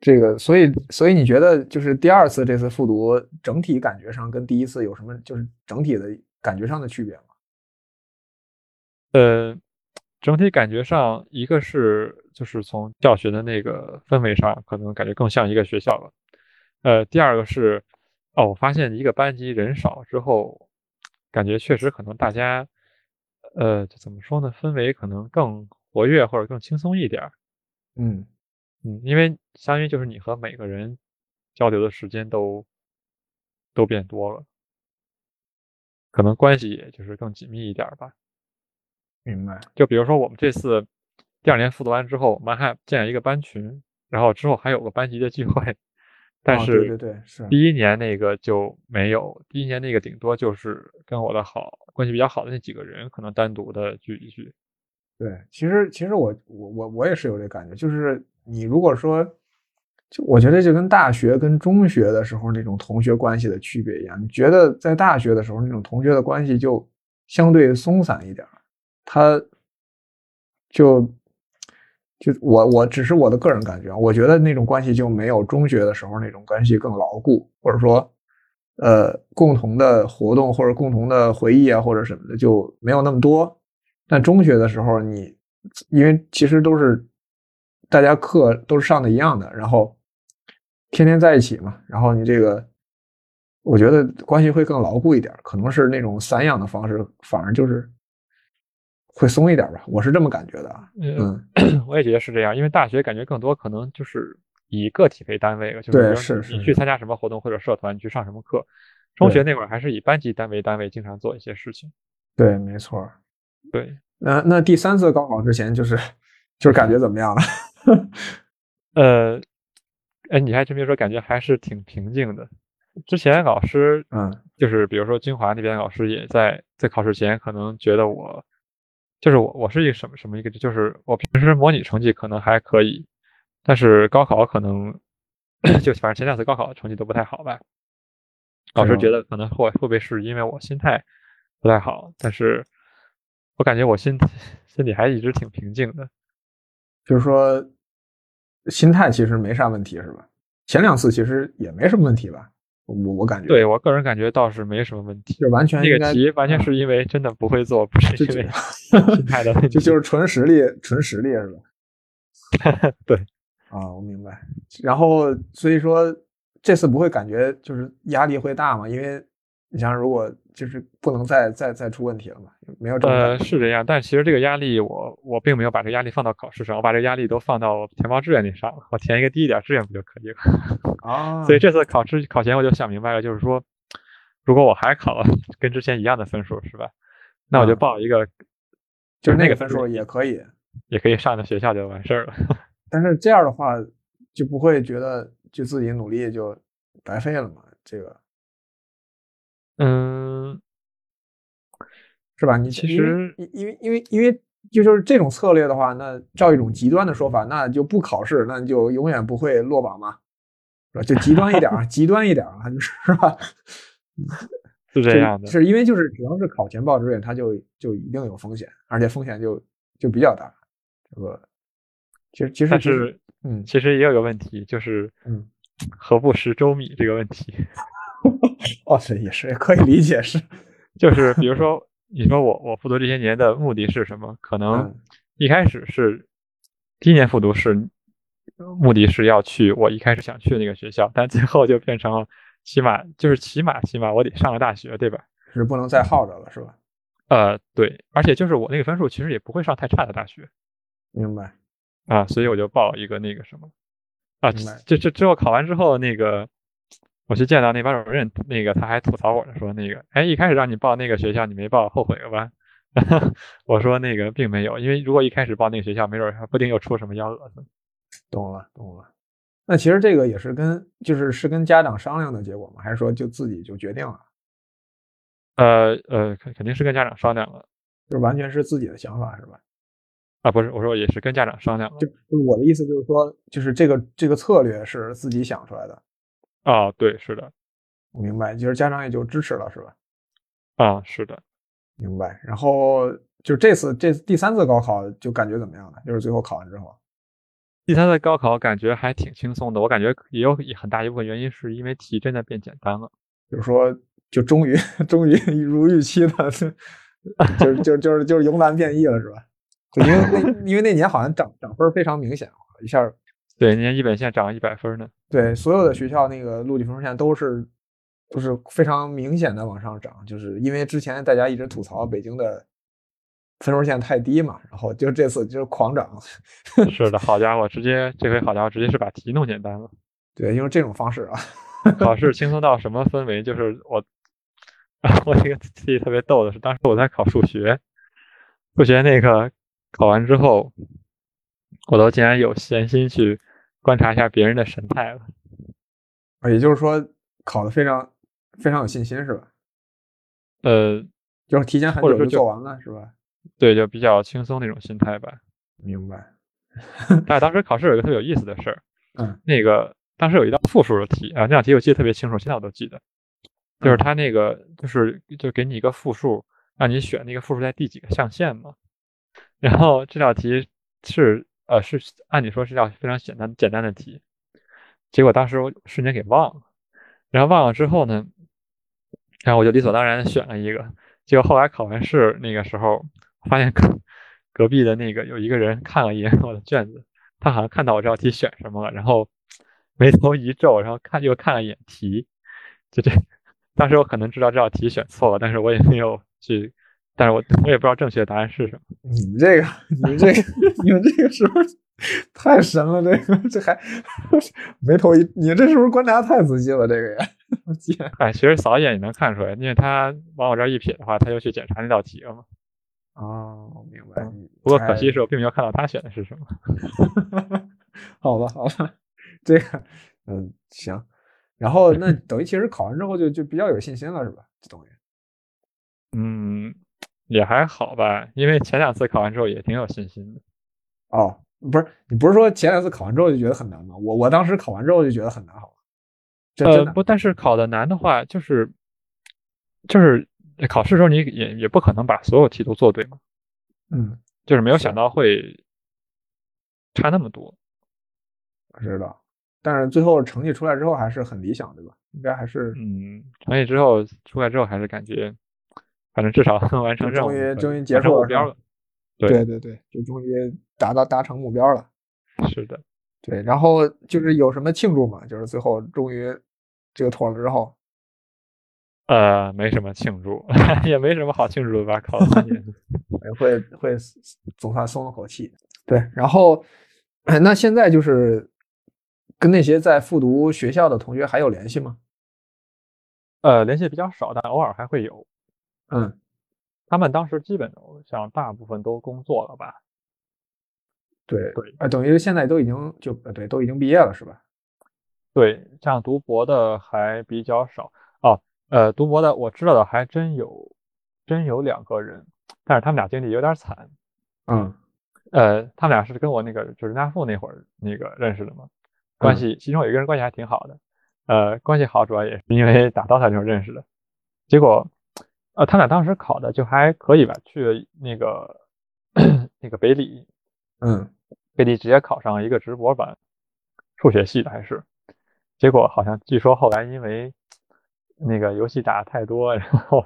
Speaker 1: 这个，所以所以你觉得就是第二次这次复读整体感觉上跟第一次有什么就是整体的感觉上的区别吗？
Speaker 2: 呃，整体感觉上，一个是就是从教学的那个氛围上，可能感觉更像一个学校了。呃，第二个是，哦，我发现一个班级人少之后，感觉确实可能大家，呃，就怎么说呢，氛围可能更活跃或者更轻松一点。儿。
Speaker 1: 嗯，
Speaker 2: 嗯，因为相当于就是你和每个人交流的时间都都变多了，可能关系也就是更紧密一点儿吧。
Speaker 1: 明白。
Speaker 2: 就比如说我们这次第二年复读完之后，我们还建了一个班群，然后之后还有个班级的聚会，但
Speaker 1: 啊
Speaker 2: 是、
Speaker 1: 对对对是
Speaker 2: 第一年那个就没有，第一年那个顶多就是跟我的好关系比较好的那几个人可能单独的聚一聚，
Speaker 1: 对，其实其实我我我我也是有这感觉，就是你如果说，就我觉得就跟大学跟中学的时候那种同学关系的区别一样，你觉得在大学的时候那种同学的关系就相对松散一点儿，他就就我我只是我的个人感觉啊，我觉得那种关系就没有中学的时候那种关系更牢固，或者说。呃，共同的活动或者共同的回忆啊，或者什么的就没有那么多，但中学的时候你，因为其实都是大家课都是上的一样的，然后天天在一起嘛，然后你这个，我觉得关系会更牢固一点，可能是那种散养的方式，反而就是会松一点吧，我是这么感觉的啊。
Speaker 2: 呃
Speaker 1: 嗯，
Speaker 2: 我也觉得是这样，因为大学感觉更多可能就是以个体为单位了，就
Speaker 1: 对
Speaker 2: 比如
Speaker 1: 是是
Speaker 2: 你去参加什么活动或者社团，你去上什么课。中学那会儿还是以班级单位单位经常做一些事情。
Speaker 1: 对，没错。
Speaker 2: 对，
Speaker 1: 那那第三次高考之前，就是就是感觉怎么样了？
Speaker 2: 呃，哎，你还真别说，感觉还是挺平静的。之前老师
Speaker 1: 嗯
Speaker 2: 就是比如说清华那边老师也在在考试前可能觉得我就是我我是一个什么什么一个就是我平时模拟成绩可能还可以，但是高考可能就反正前两次高考成绩都不太好吧。老师觉得可能会会不会是因为我心态不太好，但是我感觉我心 心里还一直挺平静的。
Speaker 1: 就是说心态其实没啥问题，是吧？前两次其实也没什么问题吧，我我感觉
Speaker 2: 对我个人感觉倒是没什么问题。
Speaker 1: 就完全
Speaker 2: 那
Speaker 1: 应
Speaker 2: 个
Speaker 1: 该
Speaker 2: 题完全是因为真的不会做，不是
Speaker 1: 这
Speaker 2: 因
Speaker 1: 这
Speaker 2: 为 心态的问题。
Speaker 1: 这就是纯实力，纯实力是吧？
Speaker 2: 对
Speaker 1: 啊，我明白。然后所以说这次不会感觉就是压力会大嘛？因为你想，如果就是不能再再再出问题了嘛，没有这么
Speaker 2: 呃，是这样，但其实这个压力我我并没有把这个压力放到考试上，我把这个压力都放到填报志愿那上了，我填一个低一点志愿不就可以了？
Speaker 1: 啊，
Speaker 2: 所以这次考试考前我就想明白了，就是说，如果我还考跟之前一样的分数是吧？那我就
Speaker 1: 嗯
Speaker 2: 报一个，
Speaker 1: 就
Speaker 2: 就是是
Speaker 1: 那个
Speaker 2: 个
Speaker 1: 分数也可以，
Speaker 2: 也可以上的学校就完事儿了。
Speaker 1: 但是这样的话就不会觉得就自己努力就白费了嘛？这个
Speaker 2: 嗯，
Speaker 1: 是吧？你
Speaker 2: 其
Speaker 1: 因为
Speaker 2: 实
Speaker 1: 因为因为因为就就是这种策略的话，那照一种极端的说法，那就不考试，那你就永远不会落榜嘛，是吧？就极端一点 啊，极端一点啊， 就是是吧？
Speaker 2: 是这样的
Speaker 1: 就，是因为就是只要是考前报志愿，它就就一定有风险，而且风险就就比较大。这个其实其实
Speaker 2: 但
Speaker 1: 其实
Speaker 2: 是
Speaker 1: 嗯，
Speaker 2: 其实也有个问题，就是
Speaker 1: 嗯
Speaker 2: 何不食粥米这个问题。
Speaker 1: 哦，是也是可以理解是，
Speaker 2: 就是比如说，你说我我复读这些年的目的是什么？可能
Speaker 1: 嗯
Speaker 2: 一开始是第一年复读是呃目的是要去我一开始想去的那个学校，但最后就变成了起码就是起码起码我得上个大学，对吧？
Speaker 1: 是不能再耗着了，是吧？
Speaker 2: 呃，对，而且就是我那个分数其实也不会上太差的大学
Speaker 1: 明白，
Speaker 2: 啊，所以我就报一个那个什么啊
Speaker 1: 明白，
Speaker 2: 这这之后考完之后那个。我去见到那班主任，那个他还吐槽我呢，说那个，哎，一开始让你报那个学校，你没报，后悔了吧？ 我说那个并没有，因为如果一开始报那个学校，没准儿还不定又出什么幺蛾子。
Speaker 1: 懂了懂了。那其实这个也是跟就是是跟家长商量的结果吗？还是说就自己就决定了？
Speaker 2: 呃呃，肯肯定是跟家长商量了
Speaker 1: 就是完全是自己的想法，是吧？
Speaker 2: 啊，不是，我说也是跟家长商量了
Speaker 1: 就就是我的意思就是说，就是这个这个策略是自己想出来的，
Speaker 2: 啊，对，是的，
Speaker 1: 我明白，就是家长也就支持了，是吧？
Speaker 2: 啊，是的，
Speaker 1: 明白。然后就这次这第三次高考就感觉怎么样呢？就是最后考完之后，
Speaker 2: 第三次高考感觉还挺轻松的，我感觉也有很大一部分原因是因为题真的变简单了。
Speaker 1: 就是说就终于 终于如预期的，就是就是就是就是由难变易了，是吧？就因为那因为那年好像涨涨分非常明显，啊一下
Speaker 2: 对，人家一本线涨了一百分儿呢。
Speaker 1: 对所有的学校那个录取分数线都是都是非常明显的往上涨，就是因为之前大家一直吐槽北京的分数线太低嘛，然后就这次就是狂涨。
Speaker 2: 是的，好家伙，直接这回好家伙，直接是把题弄简单了。
Speaker 1: 对，用这种方式啊，
Speaker 2: 考试轻松到什么氛围？就是我， 我这个记忆特别逗的是，当时我在考数学，数学那个考完之后，我都竟然有闲心去观察一下别人的神态了。
Speaker 1: 也就是说考的非常非常有信心是吧？
Speaker 2: 呃，
Speaker 1: 就是提前很
Speaker 2: 或者
Speaker 1: 久
Speaker 2: 说
Speaker 1: 就
Speaker 2: 就
Speaker 1: 做完了是吧？
Speaker 2: 对，就比较轻松那种心态吧。
Speaker 1: 明白。
Speaker 2: 但是当时考试有一个特别有意思的事儿，
Speaker 1: 嗯，
Speaker 2: 那个当时有一道复数的题啊，那道题我记得特别清楚，现在我都记得，就是它那个就是就给你一个复数，让你选那个复数在第几个象限嘛。然后这道题是呃是按理说是道非常简单简单的题，结果当时我瞬间给忘了，然后忘了之后呢，然后我就理所当然的选了一个，结果后来考完试那个时候发现隔隔壁的那个有一个人看了一眼我的卷子，他好像看到我这道题选什么了，然后 眉头一皱，然后看又看了一眼题，就这。当时我可能知道这道题选错了，但是我也没有去，但是我我也不知道正确答案是什么。
Speaker 1: 你们这个，你们 这个，你们这个是不是太神了？这个这还 眉头一，你这是不是观察太仔细了？这个也，我天，
Speaker 2: 哎，其实扫一眼也能看出来，因为他往我这儿一瞥的话，他就去检查那道题了嘛。
Speaker 1: 哦，我明白。
Speaker 2: 不过可惜
Speaker 1: 哎
Speaker 2: 是我并没有看到他选的是什么。
Speaker 1: 好吧，好吧， 这个，嗯，行。然后那等于其实考完之后就就比较有信心了，是吧？等于
Speaker 2: 嗯，也还好吧，因为前两次考完之后也挺有信心的。
Speaker 1: 哦，不是你不是说前两次考完之后就觉得很难吗？我我当时考完之后就觉得很难，好吧？这真
Speaker 2: 呃，
Speaker 1: 的、
Speaker 2: 不，但是考的难的话，就是就是考试的时候你也也不可能把所有题都做对嘛，
Speaker 1: 嗯，
Speaker 2: 就是没有
Speaker 1: 是
Speaker 2: 想到会差那么多。
Speaker 1: 我知道。但是最后成绩出来之后还是很理想，对吧？应该还是
Speaker 2: 嗯，成绩之后出来之后还是感觉，反正至少完成
Speaker 1: 就
Speaker 2: 任务
Speaker 1: 终于
Speaker 2: 了，
Speaker 1: 终于
Speaker 2: 完
Speaker 1: 结
Speaker 2: 成
Speaker 1: 束
Speaker 2: 目
Speaker 1: 了是
Speaker 2: 标
Speaker 1: 吧
Speaker 2: 了。对
Speaker 1: 对对对，就终于达到达成目标了。
Speaker 2: 是的，
Speaker 1: 对，然后就是有什么庆祝嘛？就是最后终于这个妥了之后，
Speaker 2: 呃，没什么庆祝， 也没什么好庆祝的吧？考了三年，
Speaker 1: 会会总算松了口气。对，然后哎那现在就是跟那些在复读学校的同学还有联系吗？
Speaker 2: 呃，联系比较少，但偶尔还会有。
Speaker 1: 嗯，
Speaker 2: 他们当时基本上大部分都工作了吧？
Speaker 1: 对
Speaker 2: 对
Speaker 1: 啊，等于现在都已经就呃对都已经毕业了是吧？
Speaker 2: 对，像读博的还比较少哦。呃，读博的我知道的还真有，真有两个人，但是他们俩经历有点惨。
Speaker 1: 嗯
Speaker 2: 呃，他们俩是跟我那个就是人大附那会儿那个认识的嘛，关
Speaker 1: 嗯
Speaker 2: 系其中有一个人关系还挺好的，呃，关系好主要也是因为打 DOTA 时候认识的。结果，呃，他们俩当时考的就还可以吧，去那个 那个北理，
Speaker 1: 嗯，
Speaker 2: 贝蒂直接考上了一个直博班，数学系的还是，结果好像据说后来因为那个游戏打得太多，然后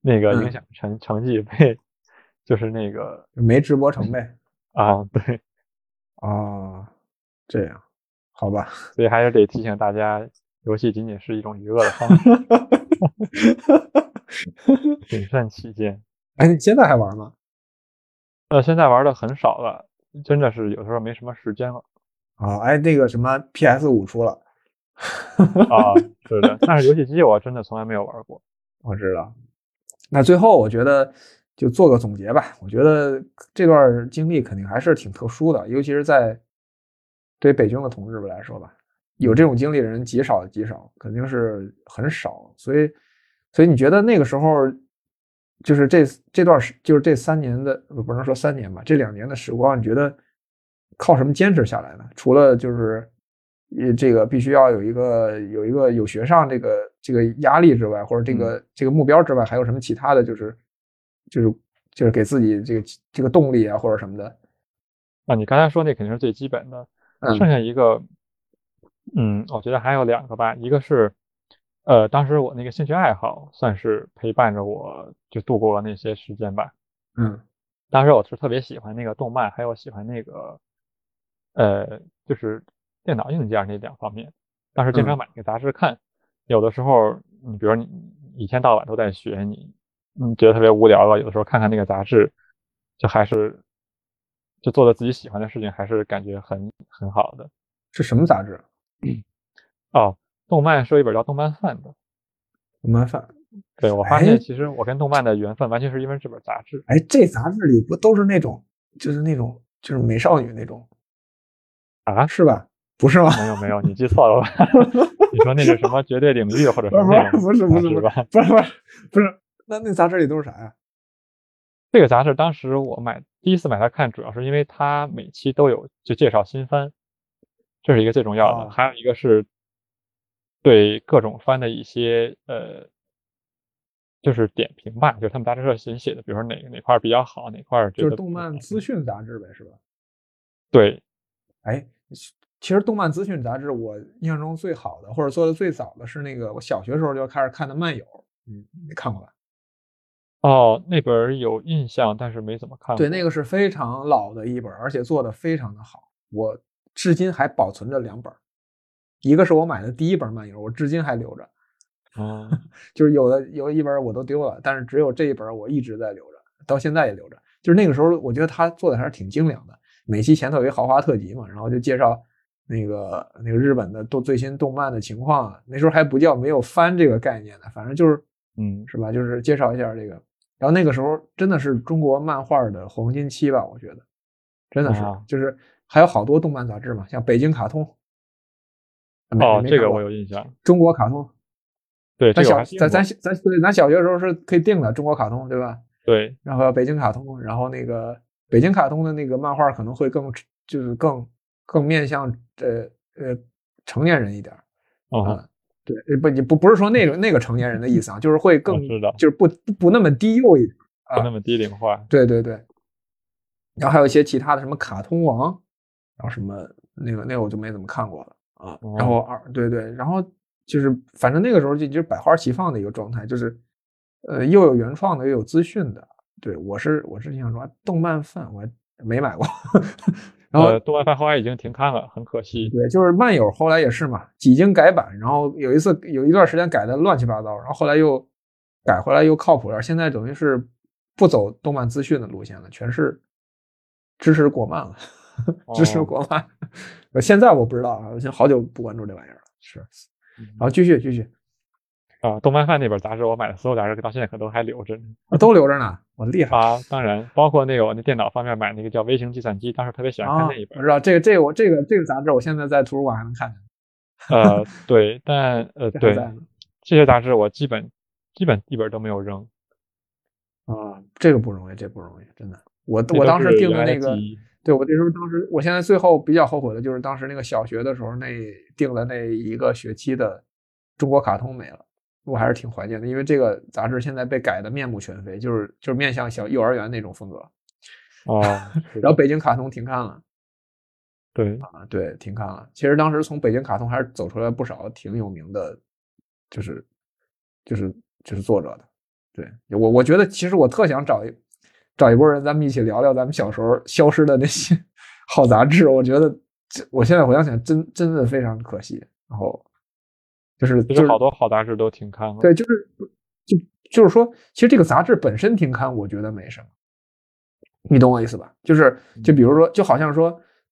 Speaker 2: 那个
Speaker 1: 嗯
Speaker 2: 影响成成绩被，就是那个
Speaker 1: 没直播成呗。
Speaker 2: 啊，对，
Speaker 1: 哦，这样，好吧。
Speaker 2: 所以还是得提醒大家，游戏仅仅是一种娱乐的方式，谨慎起见。
Speaker 1: 哎，你现在还玩吗？
Speaker 2: 呃，现在玩的很少了，真的是有时候没什么时间了
Speaker 1: 啊，哎，那个什么 PS 五出了，
Speaker 2: 啊，是的，但是游戏机我真的从来没有玩过。
Speaker 1: 我知道。那最后我觉得就做个总结吧。我觉得这段经历肯定还是挺特殊的，尤其是在对北京的同志们来说吧，有这种经历的人极少极少，肯定是很少。所以，所以你觉得那个时候，就是这这段时，就是这三年的，不不能说三年吧，这两年的时光，你觉得靠什么坚持下来呢？除了就是呃，这个必须要有一个有一个有学上这个这个压力之外，或者这个、这个目标之外，还有什么其他的就是就是就是给自己这个这个动力啊或者什么的？
Speaker 2: 啊，你刚才说那肯定是最基本的，
Speaker 1: 嗯
Speaker 2: 剩下一个，嗯，我觉得还有两个吧，一个是，呃，当时我那个兴趣爱好算是陪伴着我就度过了那些时间吧。
Speaker 1: 嗯
Speaker 2: 当时我是特别喜欢那个动漫，还有喜欢那个，呃，就是电脑硬件儿那两方面。当时经常
Speaker 1: 嗯
Speaker 2: 买那个杂志看，有的时候你比如你一天到晚都在学，你你觉得特别无聊了，有的时候看看那个杂志，就还是就做的自己喜欢的事情，还是感觉很很好的。
Speaker 1: 是什么杂志？
Speaker 2: 哦，动漫是有一本叫《动漫饭》的，
Speaker 1: 麻烦。
Speaker 2: 对我发
Speaker 1: 哎
Speaker 2: 现其实我跟动漫的缘分完全是因为这本杂志。
Speaker 1: 哎，这杂志里不都是那种就是那种就是美少女那种
Speaker 2: 啊
Speaker 1: 是吧？不是吗？
Speaker 2: 没有没有，你记错了吧？ 你说那是什么绝对领域或者什
Speaker 1: 不
Speaker 2: 么
Speaker 1: 是
Speaker 2: 那种
Speaker 1: 不是不是
Speaker 2: 杂志吧？
Speaker 1: 不是不是不是，那那杂志里都是啥呀？
Speaker 2: 这个杂志当时我买第一次买它看，主要是因为它每期都有就介绍新番，这是一个最重要的。
Speaker 3: 哦
Speaker 2: 还有一个是对各种番的一些呃，就是点评吧，就是他们杂志社新写的，比如说哪哪块儿比较好，哪块儿觉
Speaker 1: 就是
Speaker 2: 得
Speaker 1: 动
Speaker 2: 不
Speaker 1: 漫
Speaker 2: 好
Speaker 1: 资讯杂志呗，是吧？
Speaker 2: 对
Speaker 1: 哎，其实动漫资讯杂志我印象中最好的，或者做的最早的是那个我小学时候就开始看的《漫游》，嗯，你看过吧？
Speaker 2: 哦，那本儿有印象，但是没怎么看过。
Speaker 1: 对，那个是非常老的一本儿，而且做的非常的好，我至今还保存着两本儿，一个是我买的第一本《漫游》，我至今还留着，
Speaker 2: 哦，
Speaker 1: 就是有的有一本儿我都丢了，但是只有这一本儿我一直在留着，到现在也留着。就是那个时候，我觉得他做的还是挺精良的。每期前头有一豪华特辑嘛，然后就介绍那个那个日本的动最新动漫的情况啊。那时候还不叫没有番这个概念呢，反正就是
Speaker 2: 嗯，
Speaker 1: 是吧？就是介绍一下这个。然后那个时候真的是中国漫画的黄金期吧，我觉得真的是，
Speaker 2: 啊
Speaker 1: 就是还有好多动漫杂志嘛，像北京卡通。啊没
Speaker 2: 哦，
Speaker 1: 没
Speaker 2: 这
Speaker 1: 看
Speaker 2: 个
Speaker 1: 过
Speaker 2: 我有印象。
Speaker 1: 中国卡通，
Speaker 2: 对，这
Speaker 1: 咱
Speaker 2: 个我
Speaker 1: 小
Speaker 2: 还见
Speaker 1: 咱
Speaker 2: 过
Speaker 1: 咱咱对咱小学的时候是可以定的中国卡通，对吧？
Speaker 2: 对
Speaker 1: 然后北京卡通，然后那个北京卡通的那个漫画可能会更就是更更面向呃呃成年人一点儿
Speaker 2: 哦，
Speaker 1: 啊。对，呃不，你不不是说那种那个成年人的意思啊，就是会更啊
Speaker 2: 知道
Speaker 1: 就是不不不那么低幼一点。
Speaker 2: 不那么低龄化。
Speaker 1: 对对对。然后还有一些其他的什么卡通王，然后什么那个那个我就没怎么看过了啊。
Speaker 2: 哦
Speaker 1: 然后二对对，然后就是反正那个时候就就是百花齐放的一个状态，就是呃又有原创的又有资讯的。对我是我是想说动漫饭我还没买过， 然后
Speaker 2: 呃，动漫番后来已经停刊了，很可惜。
Speaker 1: 对，就是漫友后来也是嘛，几经改版，然后有一次有一段时间改的乱七八糟，然后后来又改回来又靠谱点儿，现在等于是不走动漫资讯的路线了，全是支持国漫了， 支持
Speaker 2: 哦
Speaker 1: 国漫。 呃现在我不知道啊，我现在好久不关注这玩意儿了。是，嗯然后继续继续，
Speaker 2: 啊，动漫饭那本杂志，我买的所有杂志到现在可都还留着呢。
Speaker 1: 啊都留着呢，我厉害
Speaker 2: 啊，当然，包括那个我那电脑方面买那个叫《微型计算机》，当时特别喜欢看
Speaker 1: 啊！
Speaker 2: 那一
Speaker 1: 我
Speaker 2: 本
Speaker 1: 知。道这个这个我这个这个杂志，我现在在图书馆还能看见，
Speaker 2: 呃，对，但 呃，
Speaker 1: 这还
Speaker 2: 对
Speaker 1: 在呢。
Speaker 2: 这些杂志我基本基本一本都没有扔。
Speaker 1: 啊，这个不容易，这不容易，真的。我
Speaker 2: 那
Speaker 1: 我
Speaker 2: 都
Speaker 1: 当时
Speaker 2: 是
Speaker 1: 定的
Speaker 2: 原来
Speaker 1: 那个
Speaker 2: 记。忆
Speaker 1: 对我这时候当时，我现在最后比较后悔的就是当时那个小学的时候那定的那一个学期的中国卡通没了，我还是挺怀念的，因为这个杂志现在被改的面目全非，就是就是面向小幼儿园那种风格。
Speaker 2: 哦，是
Speaker 1: 然后
Speaker 2: 的
Speaker 1: 北京卡通停刊了
Speaker 2: 对，
Speaker 1: 啊，对，停刊了。其实当时从北京卡通还是走出来不少挺有名的，就是就是就是作者的。对我我觉得其实我特想找一找一波人，咱们一起聊聊咱们小时候消失的那些好杂志。我觉得这我现在回想起来真真的非常可惜。然后就是
Speaker 2: 其
Speaker 1: 就
Speaker 2: 实
Speaker 1: 是
Speaker 2: 好多好杂志都停刊了。
Speaker 1: 对，就是就就是说，其实这个杂志本身停刊，我觉得没什么，你懂我意思吧？就是就比如说，就好像说，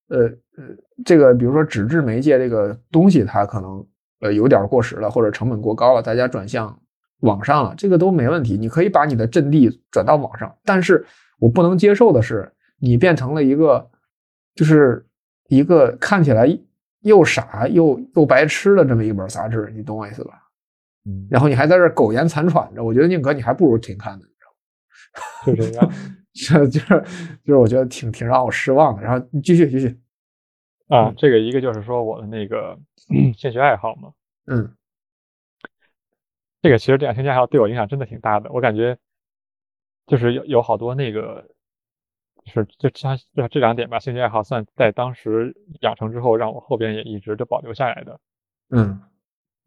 Speaker 1: 呃呃，这个比如说纸质媒介这个东西，它可能呃有点儿过时了，或者成本过高了，大家转向网上了，这个都没问题，你可以把你的阵地转到网上，但是我不能接受的是，你变成了一个就是一个看起来。又傻又又白痴的这么一本杂志，你懂我意思吧？
Speaker 2: 嗯，
Speaker 1: 然后你还在这儿苟延残喘着，我觉得宁可你还不如停刊呢，
Speaker 2: 就这 样。啊
Speaker 1: 这就是就是我觉得挺挺让我失望的。然后你继续继续，
Speaker 2: 啊
Speaker 1: 嗯，
Speaker 2: 这个一个就是说我的那个兴趣爱好嘛，
Speaker 1: 嗯，
Speaker 2: 这个其实这两兴趣爱好对我影响真的挺大的，我感觉就是有有好多那个，就是就像就这两点吧，兴趣爱好算在当时养成之后，让我后边也一直就保留下来的。
Speaker 1: 嗯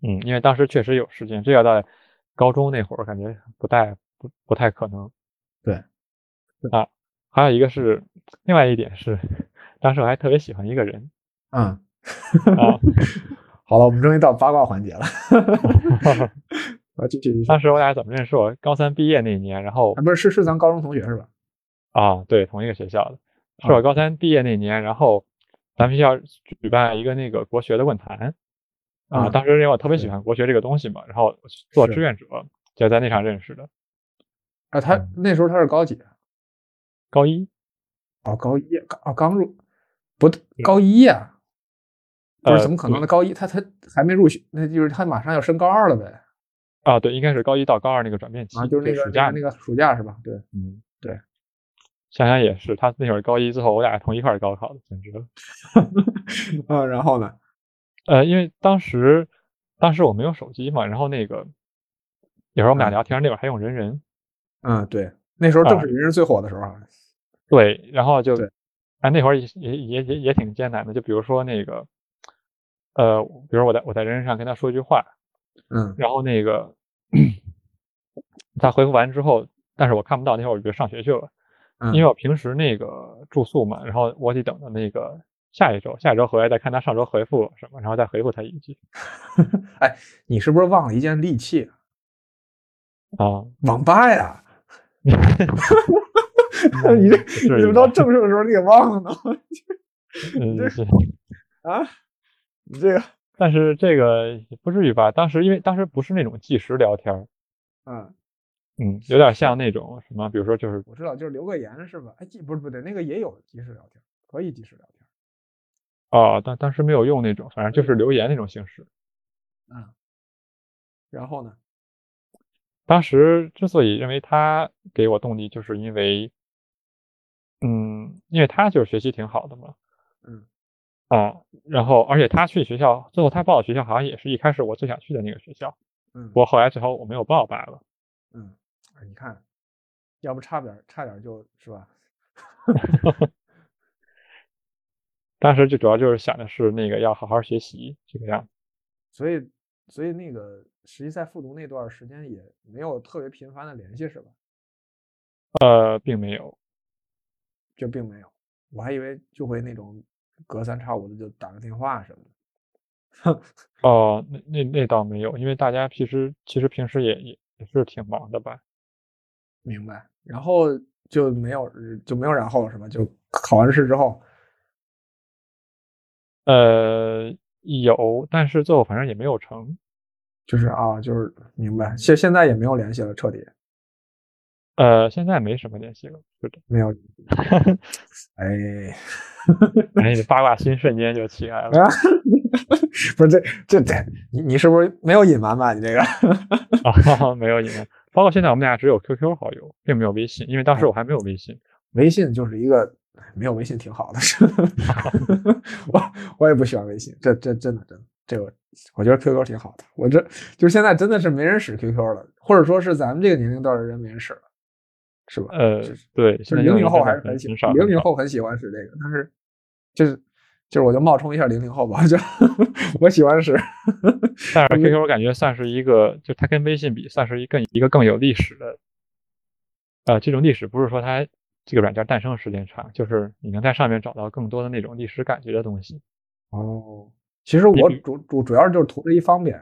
Speaker 2: 嗯，因为当时确实有时间，这要在高中那会儿感觉不太不不太可能。
Speaker 1: 对，
Speaker 2: 啊，还有一个是另外一点是，当时我还特别喜欢一个人
Speaker 1: 嗯，
Speaker 2: 啊，
Speaker 1: 好了，我们终于到八卦环节了，啊，继续继续，
Speaker 2: 当时我俩怎么认识？我高三毕业那一年，然后
Speaker 1: 啊不是是是咱高中同学是吧？
Speaker 2: 啊，对，同一个学校的，是
Speaker 1: 嗯
Speaker 2: 我高三毕业那年，然后咱们学校举办一个那个国学的论坛，啊，
Speaker 1: 嗯
Speaker 2: 当时因为我特别喜
Speaker 1: 对
Speaker 2: 欢国学这个东西嘛，然后我去做
Speaker 1: 是
Speaker 2: 志愿者，就在那场认识的，
Speaker 1: 啊，他
Speaker 2: 嗯
Speaker 1: 那时候他是高几？啊
Speaker 2: 高一，
Speaker 1: 哦，高一，刚哦刚入，不对，高一啊，不是
Speaker 2: 呃
Speaker 1: 怎么可能呢？高一他他还没入学，那就是他马上要升高二了呗？
Speaker 2: 啊，对，应该是高一到高二那个转变期，
Speaker 1: 啊，就是那个
Speaker 2: 暑
Speaker 1: 那
Speaker 2: 假
Speaker 1: 个那个暑假是吧？对，
Speaker 2: 嗯，
Speaker 1: 对，
Speaker 2: 想想也是，他那会儿高一之后，我俩同一块儿高考的，简直了。
Speaker 1: 啊，然后呢？
Speaker 2: 呃，因为当时当时我没有手机嘛，然后那个有时候我们俩聊天，那会儿还用人人，
Speaker 1: 嗯，对，那时候正是人人最火的时候啊。
Speaker 2: 对，然后就
Speaker 1: 对
Speaker 2: 哎那会儿也也也也也挺艰难的，就比如说那个呃，比如我在我在人人上跟他说一句话，
Speaker 1: 嗯
Speaker 2: 然后那个他回复完之后，但是我看不到，那会儿我就上学去了，
Speaker 1: 嗯，
Speaker 2: 因为我平时那个住宿嘛，然后我得等到那个下一周，下一周回来再看他上周回复我什么，然后再回复他一句
Speaker 1: 你是不是忘了一件利器？
Speaker 2: 啊。
Speaker 1: 网吧呀，你这
Speaker 2: 这
Speaker 1: 你怎么到正事的时候你给忘了呢？
Speaker 2: 嗯是，
Speaker 1: 啊，你这个，
Speaker 2: 但是这个也不至于吧？当时因为当时不是那种即时聊天儿，
Speaker 1: 嗯，
Speaker 2: 嗯，有点像那种什么，比如说就是
Speaker 1: 我知道，就是留个言是吧？哎，记不是不对，那个也有即时聊天，可以即时聊天。
Speaker 2: 哦，当当时没有用那种，反正
Speaker 1: 嗯
Speaker 2: 就是留言那种形式。
Speaker 1: 然后呢？
Speaker 2: 当时之所以认为他给我动力，就是因为，嗯，因为他就是学习挺好的嘛，
Speaker 1: 嗯，
Speaker 2: 啊，然后而且他去学校，最后他报的学校好像也是一开始我最想去的那个学校，
Speaker 1: 嗯，
Speaker 2: 我后来最后我没有报罢了。
Speaker 1: 嗯，哎你看，要不差点儿差点儿就是吧？
Speaker 2: 当时就主要就是想的是那个要好好学习这个样子。
Speaker 1: 所以所以那个实际在复读那段时间也没有特别频繁的联系是吧？
Speaker 2: 呃，并没有，
Speaker 1: 就并没有，我还以为就会那种隔三差五的就打个电话什么的。
Speaker 2: 哦，那那那倒没有，因为大家其实其实平时也也也是挺忙的吧？
Speaker 1: 明白。然后就没有就没有然后了是吧？就考完试之后，
Speaker 2: 呃，有，但是最后反正也没有成。
Speaker 1: 就是啊，就是明白。现现在也没有联系了，彻底
Speaker 2: 呃，现在没什么联系了，是的。
Speaker 1: 没有。哎，
Speaker 2: 哎，八卦心瞬间就起来了。
Speaker 1: 不是这这这，你你是不是没有隐瞒吧？你这个
Speaker 2: 啊，没有你们，包括现在我们俩只有 QQ 好友，并没有微信，因为当时我还没有微信。
Speaker 1: 微信就是一个哎没有微信挺好的，是 我我也不喜欢微信，这这真的真的，这个我觉得 QQ 挺好的。我这就是现在真的是没人使 QQ 了，或者说是咱们这个年龄段的人没人使了，是吧？
Speaker 2: 呃
Speaker 1: 是，
Speaker 2: 对，
Speaker 1: 就
Speaker 2: 现
Speaker 1: 是
Speaker 2: 在
Speaker 1: 零
Speaker 2: 用
Speaker 1: 零
Speaker 2: 的
Speaker 1: 后
Speaker 2: 真
Speaker 1: 还
Speaker 2: 的
Speaker 1: 是
Speaker 2: 很
Speaker 1: 很喜
Speaker 2: 很少。
Speaker 1: 零
Speaker 2: 很
Speaker 1: 零
Speaker 2: 少
Speaker 1: 后很喜欢使这个，但是就是就是我就冒充一下零零后吧，我就我喜欢使，
Speaker 2: 但是 QQ 我感觉算是一个，就它跟微信比，算是一个一个更有历史的。呃，这种历史不是说它这个软件诞生的时间长，就是你能在上面找到更多的那种历史感觉的东西。
Speaker 1: 哦，其实我主主主要就是图它一方便，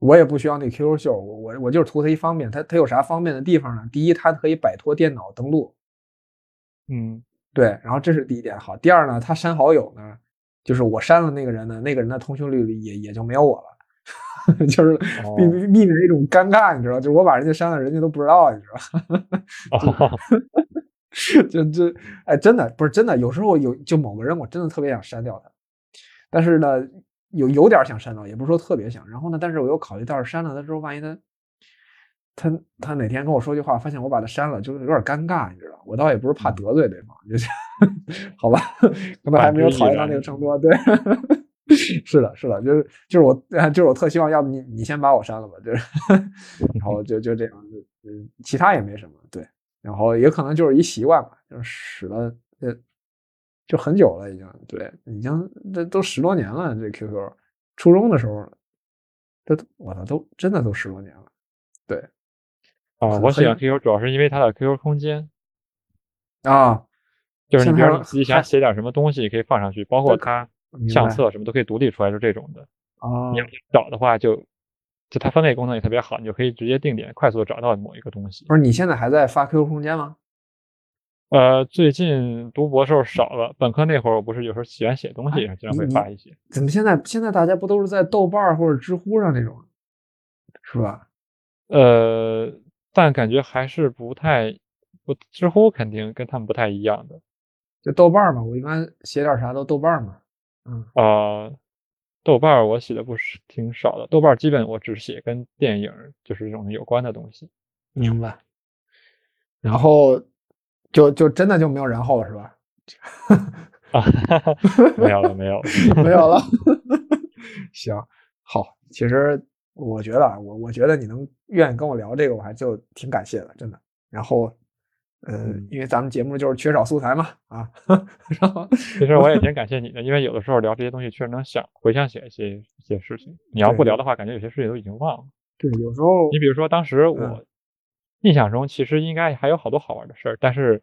Speaker 1: 我也不需要那 QQ 秀，我我我就是图它一方便。它它有啥方便的地方呢？第一，它可以摆脱电脑登录，
Speaker 2: 嗯，
Speaker 1: 对，然后这是第一点好。第二呢，它删好友呢，就是我删了那个人呢，那个人的通讯录里也也就没有我了， 就是
Speaker 2: 哦
Speaker 1: 避避免一种尴尬，你知道？就是我把人家删了，人家都不知道，你知道？
Speaker 2: 哦，
Speaker 1: 就这，哎，真的不是真的，有时候有就某个人，我真的特别想删掉他，但是呢，有有点想删掉，也不是说特别想。然后呢，但是我又考虑到是删了他之后，万一他他他哪天跟我说句话，发现我把他删了，就是有点尴尬，你知道？我倒也不是怕得罪对方，就是好吧， 可能还没有讨厌到那个程度啊。对， 是的，是的，就是就是我，就是我特希望，要不你你先把我删了吧，就是， 然后就就这样，就嗯，其他也没什么，对。然后也可能就是一习惯吧，就是使了呃，就很久了，已经对，已经这都十多年了，这 QQ，初中的时候了，这都我操，都真的都十多年了。
Speaker 2: 哦，
Speaker 1: 很
Speaker 2: 我喜欢
Speaker 1: 很
Speaker 2: QQ 主要是因为它的 QQ 空间，
Speaker 1: 啊，
Speaker 2: 就是
Speaker 1: 现
Speaker 2: 你比
Speaker 1: 在
Speaker 2: 如
Speaker 1: 还
Speaker 2: 你自己想写点什么东西，可以放上去，包括它
Speaker 1: 明
Speaker 2: 相
Speaker 1: 白
Speaker 2: 册什么都可以独立出来，就这种的。
Speaker 1: 啊
Speaker 2: 你要去找的话就，就它分类功能也特别好，你就可以直接定点快速地找到某一个东西。
Speaker 1: 不是你现在还在发 QQ 空间吗？
Speaker 2: 呃，最近读博时候少了，本科那会儿我不是有时候喜欢写东西，也经常
Speaker 1: 你
Speaker 2: 会
Speaker 1: 你
Speaker 2: 发一些。
Speaker 1: 怎么现在现在大家不都是在豆瓣儿或者知乎上那种，是吧？
Speaker 2: 呃，但感觉还是不太，不，知乎肯定跟他们不太一样的。
Speaker 1: 就豆瓣儿嘛，我一般写点啥都豆瓣儿嘛。嗯
Speaker 2: 呃，豆瓣儿我写的不是挺少的，豆瓣儿基本我只写跟电影儿就是这种有关的东西。
Speaker 1: 明白。然后
Speaker 4: 就就真的就没有然后了，是吧？
Speaker 2: 啊，没有了，没有了。
Speaker 4: 没有了。
Speaker 1: 行，好，其实我觉得啊，我我觉得你能愿意跟我聊这个，我还就挺感谢的，真的。然后，呃，因为咱们节目就是缺少素材嘛，啊， 然后
Speaker 2: 其实我也挺感谢你的，因为有的时候聊这些东西确实能想回想起来一些一些事情。你要不聊的话，感觉有些事情都已经忘了。
Speaker 1: 对，有时候
Speaker 2: 你比如说，当时我
Speaker 1: 嗯
Speaker 2: 印象中其实应该还有好多好玩的事儿，但是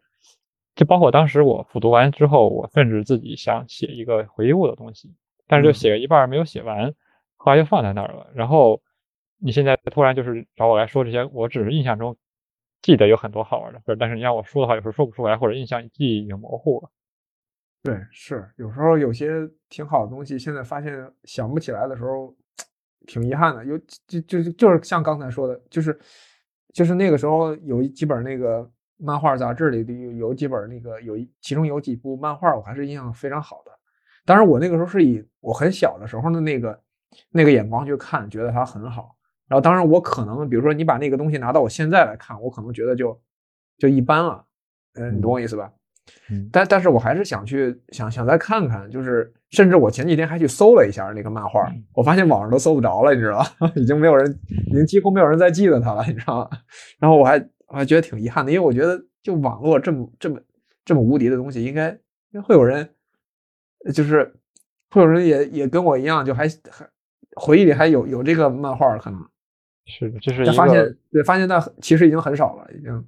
Speaker 2: 就包括当时我复读完之后，我甚至自己想写一个回忆录的东西，但是就
Speaker 1: 嗯
Speaker 2: 写了一半儿没有写完，后来就放在那儿了。然后你现在突然就是找我来说这些，我只是印象中记得有很多好玩的事儿，但是你让我说的话，有时候说不出来，或者印象记忆已经模糊了。
Speaker 1: 对，是有时候有些挺好的东西，现在发现想不起来的时候，挺遗憾的。有就就就是像刚才说的，就是就是那个时候有一几本那个漫画杂志里的有有几本那个有一其中有几部漫画，我还是印象非常好的。当然，我那个时候是以我很小的时候的那个那个眼光去看，觉得它很好。然后，当然我可能比如说你把那个东西拿到我现在来看，我可能觉得就就一般了。嗯，你懂我意思吧？
Speaker 2: 嗯，
Speaker 1: 但但是我还是想去想想再看看，就是甚至我前几天还去搜了一下那个漫画，我发现网上都搜不着了，你知道吧？ 已经没有人，已经几乎没有人再记得它了，你知道吗？ 然后我还我还觉得挺遗憾的，因为我觉得就网络这么这么这么无敌的东西，应该应该会有人，呃就是会有人也也跟我一样，就还还回忆里还有有这个漫画可能，
Speaker 2: 是的，这是一
Speaker 1: 但发
Speaker 2: 个
Speaker 1: 现对发现那其实已经很少了，已经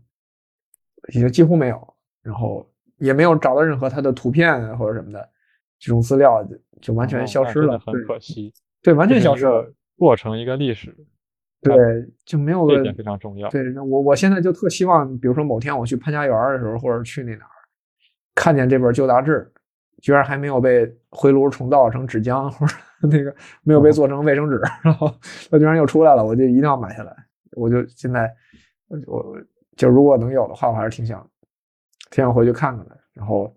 Speaker 1: 已经几乎没有，然后也没有找到任何它的图片啊或者什么的这种资料就，就完全
Speaker 2: 哦
Speaker 1: 消
Speaker 2: 那
Speaker 1: 失
Speaker 2: 真的
Speaker 1: 了，
Speaker 2: 很可惜。
Speaker 1: 对对，完
Speaker 2: 这
Speaker 1: 全
Speaker 2: 是
Speaker 1: 消
Speaker 2: 一
Speaker 1: 失了
Speaker 2: 个，做成一个历史，
Speaker 1: 对，就没有
Speaker 2: 这
Speaker 1: 个
Speaker 2: 点非常重要。
Speaker 1: 对，那我我现在就特希望，比如说某天我去潘家园儿的时候，或者去那哪儿，看见这本旧杂志，居然还没有被回炉重造成纸浆，或者 那个没有被做成卫生纸，然后它居然又出来了，我就一定要买下来。我就现在，我我就如果能有的话，我还是挺想挺想回去看看的。然后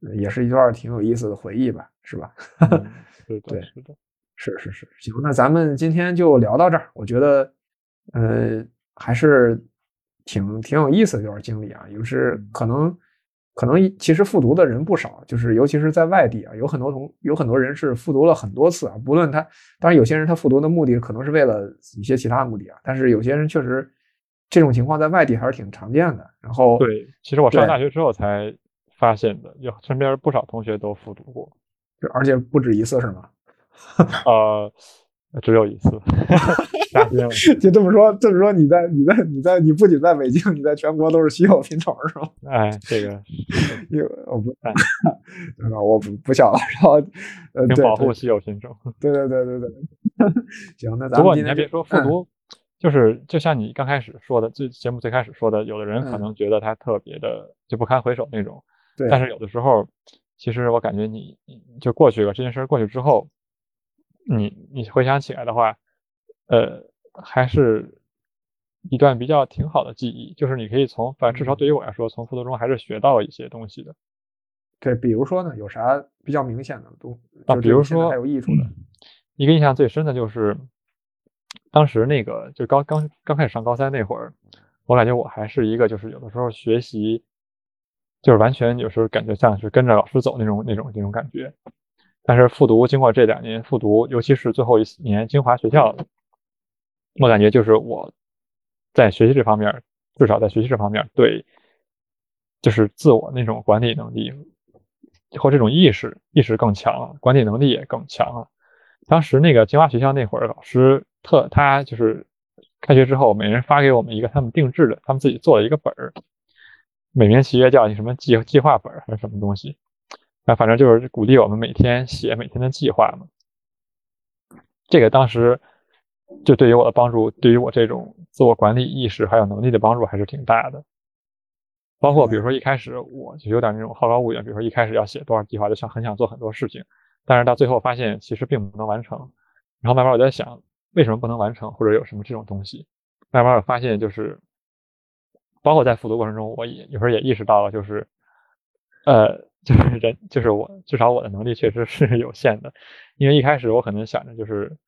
Speaker 1: 呃也是一段挺有意思的回忆吧，是吧？
Speaker 2: 嗯是
Speaker 1: 对
Speaker 2: 的，是的，
Speaker 1: 是是是，行，那咱们今天就聊到这儿。我觉得，呃，还是挺挺有意思的这段经历啊，也是
Speaker 2: 嗯
Speaker 1: 可能可能其实复读的人不少，就是尤其是在外地啊，有很多同有很多人是复读了很多次啊，不论他，当然有些人他复读的目的可能是为了一些其他目的啊，但是有些人确实这种情况在外地还是挺常见的。然后，
Speaker 2: 对。其实我上
Speaker 1: 对
Speaker 2: 大学之后才发现的，有身边不少同学都复读过，
Speaker 1: 就而且不止一次是吗？
Speaker 2: 呃，只有一次。大学嘛
Speaker 1: 就这么说，这么说你在你在你在你不仅在北京，你在全国都是稀有品种是吗？
Speaker 2: 哎，这个
Speaker 1: 因为我不，
Speaker 2: 哎
Speaker 1: 啊，我不不笑了。然后，呃，
Speaker 2: 挺
Speaker 1: 对
Speaker 2: 保护稀有品种。
Speaker 1: 对对对对对对。行，那咱们
Speaker 2: 不过你
Speaker 1: 今
Speaker 2: 还
Speaker 1: 天
Speaker 2: 别
Speaker 1: 就嗯
Speaker 2: 说复读，就是就像你刚开始说的，最节目最开始说的，有的人可
Speaker 1: 嗯
Speaker 2: 能觉得他特别的就不堪回首那种，
Speaker 1: 对
Speaker 2: 但是有的时候，其实我感觉你你就过去了，这件事儿过去之后，你你回想起来的话，呃，还是一段比较挺好的记忆，就是你可以从，反正至少
Speaker 1: 嗯
Speaker 2: 对于我来说，从复读中还是学到一些东西的。
Speaker 1: 对，比如说呢，有啥比较明显的都就
Speaker 2: 啊
Speaker 1: 是
Speaker 2: 比如
Speaker 1: 现在
Speaker 2: 说
Speaker 1: 还有益处的，
Speaker 2: 一个印象最深的就是，当时那个就刚刚刚开始上高三那会儿，我感觉我还是一个就是有的时候学习，就是完全有时候感觉像是跟着老师走那种那种那种感觉。但是复读经过这两年复读，尤其是最后一年清华学校，我感觉就是我在学习这方面儿，至少在学习这方面儿对，就是自我那种管理能力和这种意识意识更强了，管理能力也更强了。当时那个清华学校那会儿，老师特他就是开学之后，每人发给我们一个他们定制的，他们自己做了一个本儿，每名其曰叫什么计计划本儿还是什么东西，啊，反正就是鼓励我们每天写每天的计划嘛。这个当时就对于我的帮助，对于我这种自我管理意识还有能力的帮助还是挺大的。包括比如说一开始我就有点那种好高骛远，比如说一开始要写多少计划，就想很想做很多事情，但是到最后发现其实并不能完成。然后慢慢我在想，为什么不能完成，或者有什么这种东西？慢慢我发现就是，包括在复读过程中，我也有时候也意识到了，就是，呃，就是 人，就是我，至少我的能力确实是有限的，因为一开始我可能想着就是，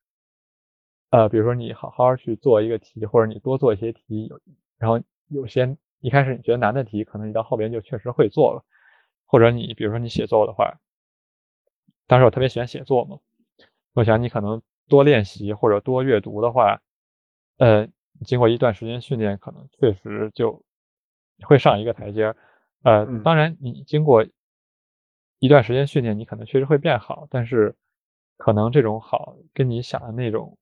Speaker 2: 呃，比如说你好好去做一个题，或者你多做一些题，有然后有些一开始你觉得难的题，可能你到后边就确实会做了，或者你比如说你写作的话，当时我特别喜欢写作嘛，我想你可能多练习或者多阅读的话，呃，经过一段时间训练，可能确实就会上一个台阶儿。呃，
Speaker 1: 嗯
Speaker 2: 当然你经过一段时间训练，你可能确实会变好，但是可能这种好跟你想的那种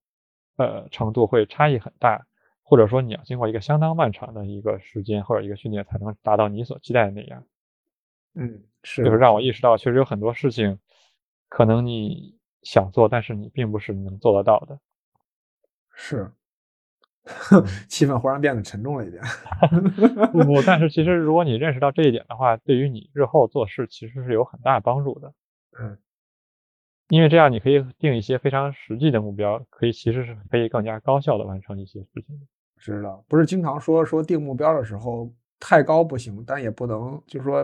Speaker 2: 呃程度会差异很大，或者说你要经过一个相当漫长的一个时间或者一个训练才能达到你所期待的那样。
Speaker 1: 嗯，
Speaker 2: 就是
Speaker 1: 是，
Speaker 2: 让我意识到，确实有很多事情，可能你想做，但是你并不是能做得到的。
Speaker 1: 是，
Speaker 2: 嗯
Speaker 1: 气氛忽然变得沉重了一点。
Speaker 2: 不不，嗯但是其实如果你认识到这一点的话，对于你日后做事其实是有很大帮助的。
Speaker 1: 嗯，
Speaker 2: 因为这样你可以定一些非常实际的目标，可以其实是可以更加高效的完成一些事情的。
Speaker 1: 知道，不是经常说说定目标的时候太高不行，但也不能就是说，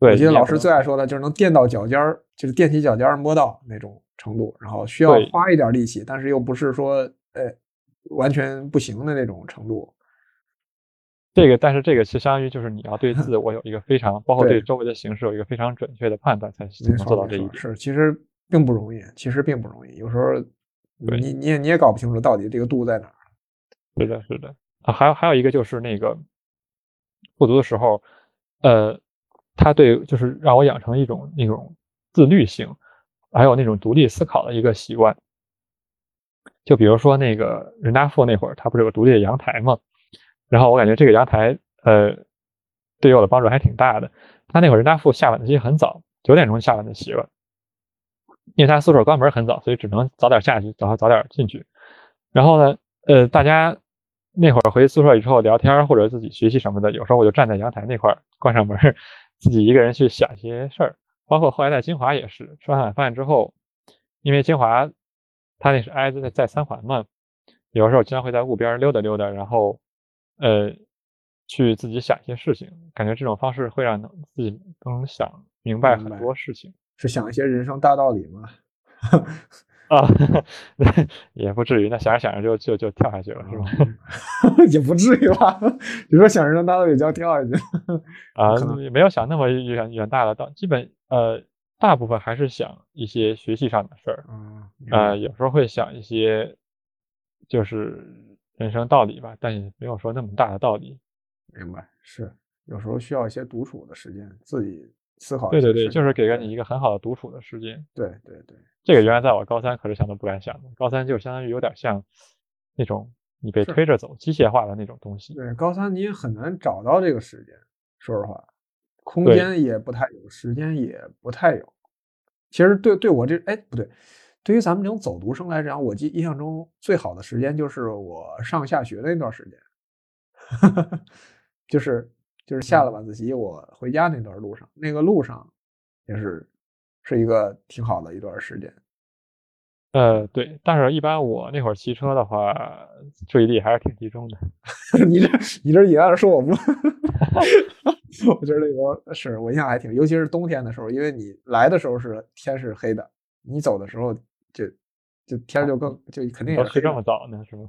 Speaker 2: 对
Speaker 1: 我记得
Speaker 2: 你
Speaker 1: 老
Speaker 2: 也不
Speaker 1: 师
Speaker 2: 能
Speaker 1: 最爱说的就是能垫到脚尖儿，就是踮起脚尖儿摸到那种程度，然后需要
Speaker 2: 对
Speaker 1: 花一点力气，但是又不是说呃完全不行的那种程度。
Speaker 2: 这个，但是这个其实相当于就是你要对 自我有一个非常，包括
Speaker 1: 对
Speaker 2: 对周围的形势有一个非常准确的判断，才
Speaker 1: 没
Speaker 2: 能做
Speaker 1: 错，
Speaker 2: 到这
Speaker 1: 没
Speaker 2: 一
Speaker 1: 错，
Speaker 2: 点。
Speaker 1: 是其实并不容易，其实并不容易，有时候
Speaker 2: 对
Speaker 1: 你你也你也搞不清楚到底这个度在哪儿。
Speaker 2: 是的，是的啊，还有还有一个就是那个复读的时候，呃，他对就是让我养成一种那种自律性，还有那种独立思考的一个习惯。就比如说那个任大附那会儿，他不是有个独立的阳台嘛，然后我感觉这个阳台呃对我的帮助还挺大的。他那会儿任大附下晚自习很早，九点钟下晚自习了，因为他宿舍关门很早，所以只能早点下去，然后早点进去。然后呢，呃，大家那会儿回宿舍以后聊天儿或者自己学习什么的，有时候我就站在阳台那块儿关上门儿， 自己一个人去想一些事儿。包括后来在金华也是，吃完晚饭之后，因为金华它那是挨着在在三环嘛，有的时候经常会在路边儿溜达溜达，然后呃去自己想一些事情，感觉这种方式会让能自己能想明白
Speaker 1: 明白
Speaker 2: 很多事情
Speaker 1: 是想一些人生大道理吗？
Speaker 2: 啊，也不至于，那想着想着就就就跳下去了是
Speaker 1: 嗯
Speaker 2: 吧？
Speaker 1: 也不至于吧？ 你说想人生大道理就要跳下去？
Speaker 2: 啊
Speaker 1: 可，能
Speaker 2: 也没有想那么远远大的道，基本呃，大部分还是想一些学习上的事儿，
Speaker 1: 嗯，明白
Speaker 2: 呃，有时候会想一些就是人生道理吧，但也没有说那么大的道理。
Speaker 1: 明白，是有时候需要一些独处的时间，自己思考一
Speaker 2: 对
Speaker 1: 些事情。
Speaker 2: 对对，就是给了
Speaker 1: 啊对
Speaker 2: 你一个很好的独处的时间。
Speaker 1: 对对对，
Speaker 2: 这个原来在我高三可是想都不敢想的，高三就相当于有点像那种你被
Speaker 1: 是
Speaker 2: 推着走、机械化的那种东西。
Speaker 1: 对高三你也很难找到这个时间，说实话，空
Speaker 2: 对
Speaker 1: 间也不太有，时间也不太有。其实对对我这哎不对，对于咱们这种走读生来讲，我记印象中最好的时间就是我上下学的那段时间， 就是就是下了晚自习我回家那段路上，那个路上也是是一个挺好的一段时间。
Speaker 2: 呃，对，但是一般我那会儿骑车的话，注意力还是挺集中的。
Speaker 1: 你这你这也要说我不， 我觉得这个是我印象还挺，尤其是冬天的时候，因为你来的时候是天是黑的，你走的时候就就天儿就更就肯定
Speaker 2: 都
Speaker 1: 也是黑
Speaker 2: 睡这
Speaker 1: 的。
Speaker 2: 么早呢，哦是吗？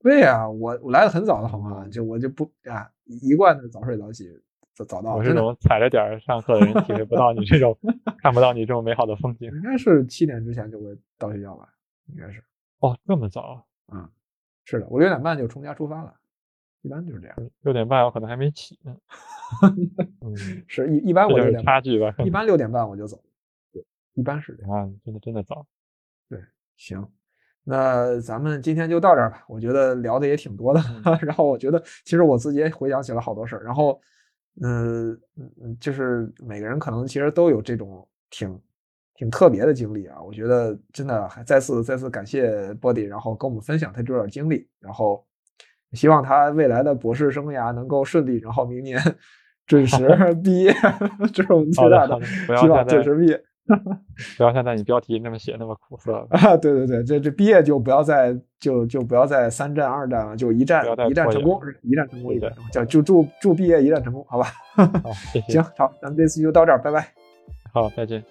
Speaker 1: 对呀、我我来的很早的好吗？就我就不啊，一贯的早睡早起，早早到，
Speaker 2: 我
Speaker 1: 哦
Speaker 2: 这
Speaker 1: 真的
Speaker 2: 种踩着点儿上课的人，体会不到你这 种看不到你这种美好的风景。
Speaker 1: 应该是七点之前就会到学校吧，应该是嗯
Speaker 2: 哦，这么早，
Speaker 1: 是的，我六点半就从家出发了，一般就是这样，
Speaker 2: 六点半我可能还没起 呢。嗯，
Speaker 1: 是一一般
Speaker 2: 这
Speaker 1: 我
Speaker 2: 就
Speaker 1: 六
Speaker 2: 是
Speaker 1: 点半
Speaker 2: 差距吧。
Speaker 1: 一般六点半我就走，对，一般是这样。
Speaker 2: 啊，真的真的早。
Speaker 1: 行，那咱们今天就到这儿吧。我觉得聊的也挺多的，
Speaker 2: 嗯
Speaker 1: 然后我觉得其实我自己也回想起了好多事儿。然后，嗯、嗯嗯，就是每个人可能其实都有这种挺挺特别的经历啊。我觉得真的还再次再次感谢 Body，然后跟我们分享他这段经历，然后希望他未来的博士生涯能够顺利，然后明年 准时毕业， 这是我们
Speaker 2: 好
Speaker 1: 最
Speaker 2: 的
Speaker 1: 大
Speaker 2: 好
Speaker 1: 的
Speaker 2: 的不要
Speaker 1: 希望，
Speaker 2: 现
Speaker 1: 准
Speaker 2: 在
Speaker 1: 时毕业。
Speaker 2: 不要像在你标题那么写那么苦涩了，
Speaker 1: 啊，对对对，这这毕业就不要再就就不要再三战二战了，就一战
Speaker 2: 不要再
Speaker 1: 一战
Speaker 2: 拖
Speaker 1: 成
Speaker 2: 延
Speaker 1: 功，一战成功，
Speaker 2: 是
Speaker 1: 一战
Speaker 2: 的
Speaker 1: 成功，叫就祝祝毕业一战成功，好吧？
Speaker 2: 好，谢谢。
Speaker 1: 行，好，咱们这次就到这儿，拜拜。
Speaker 2: 好，再见。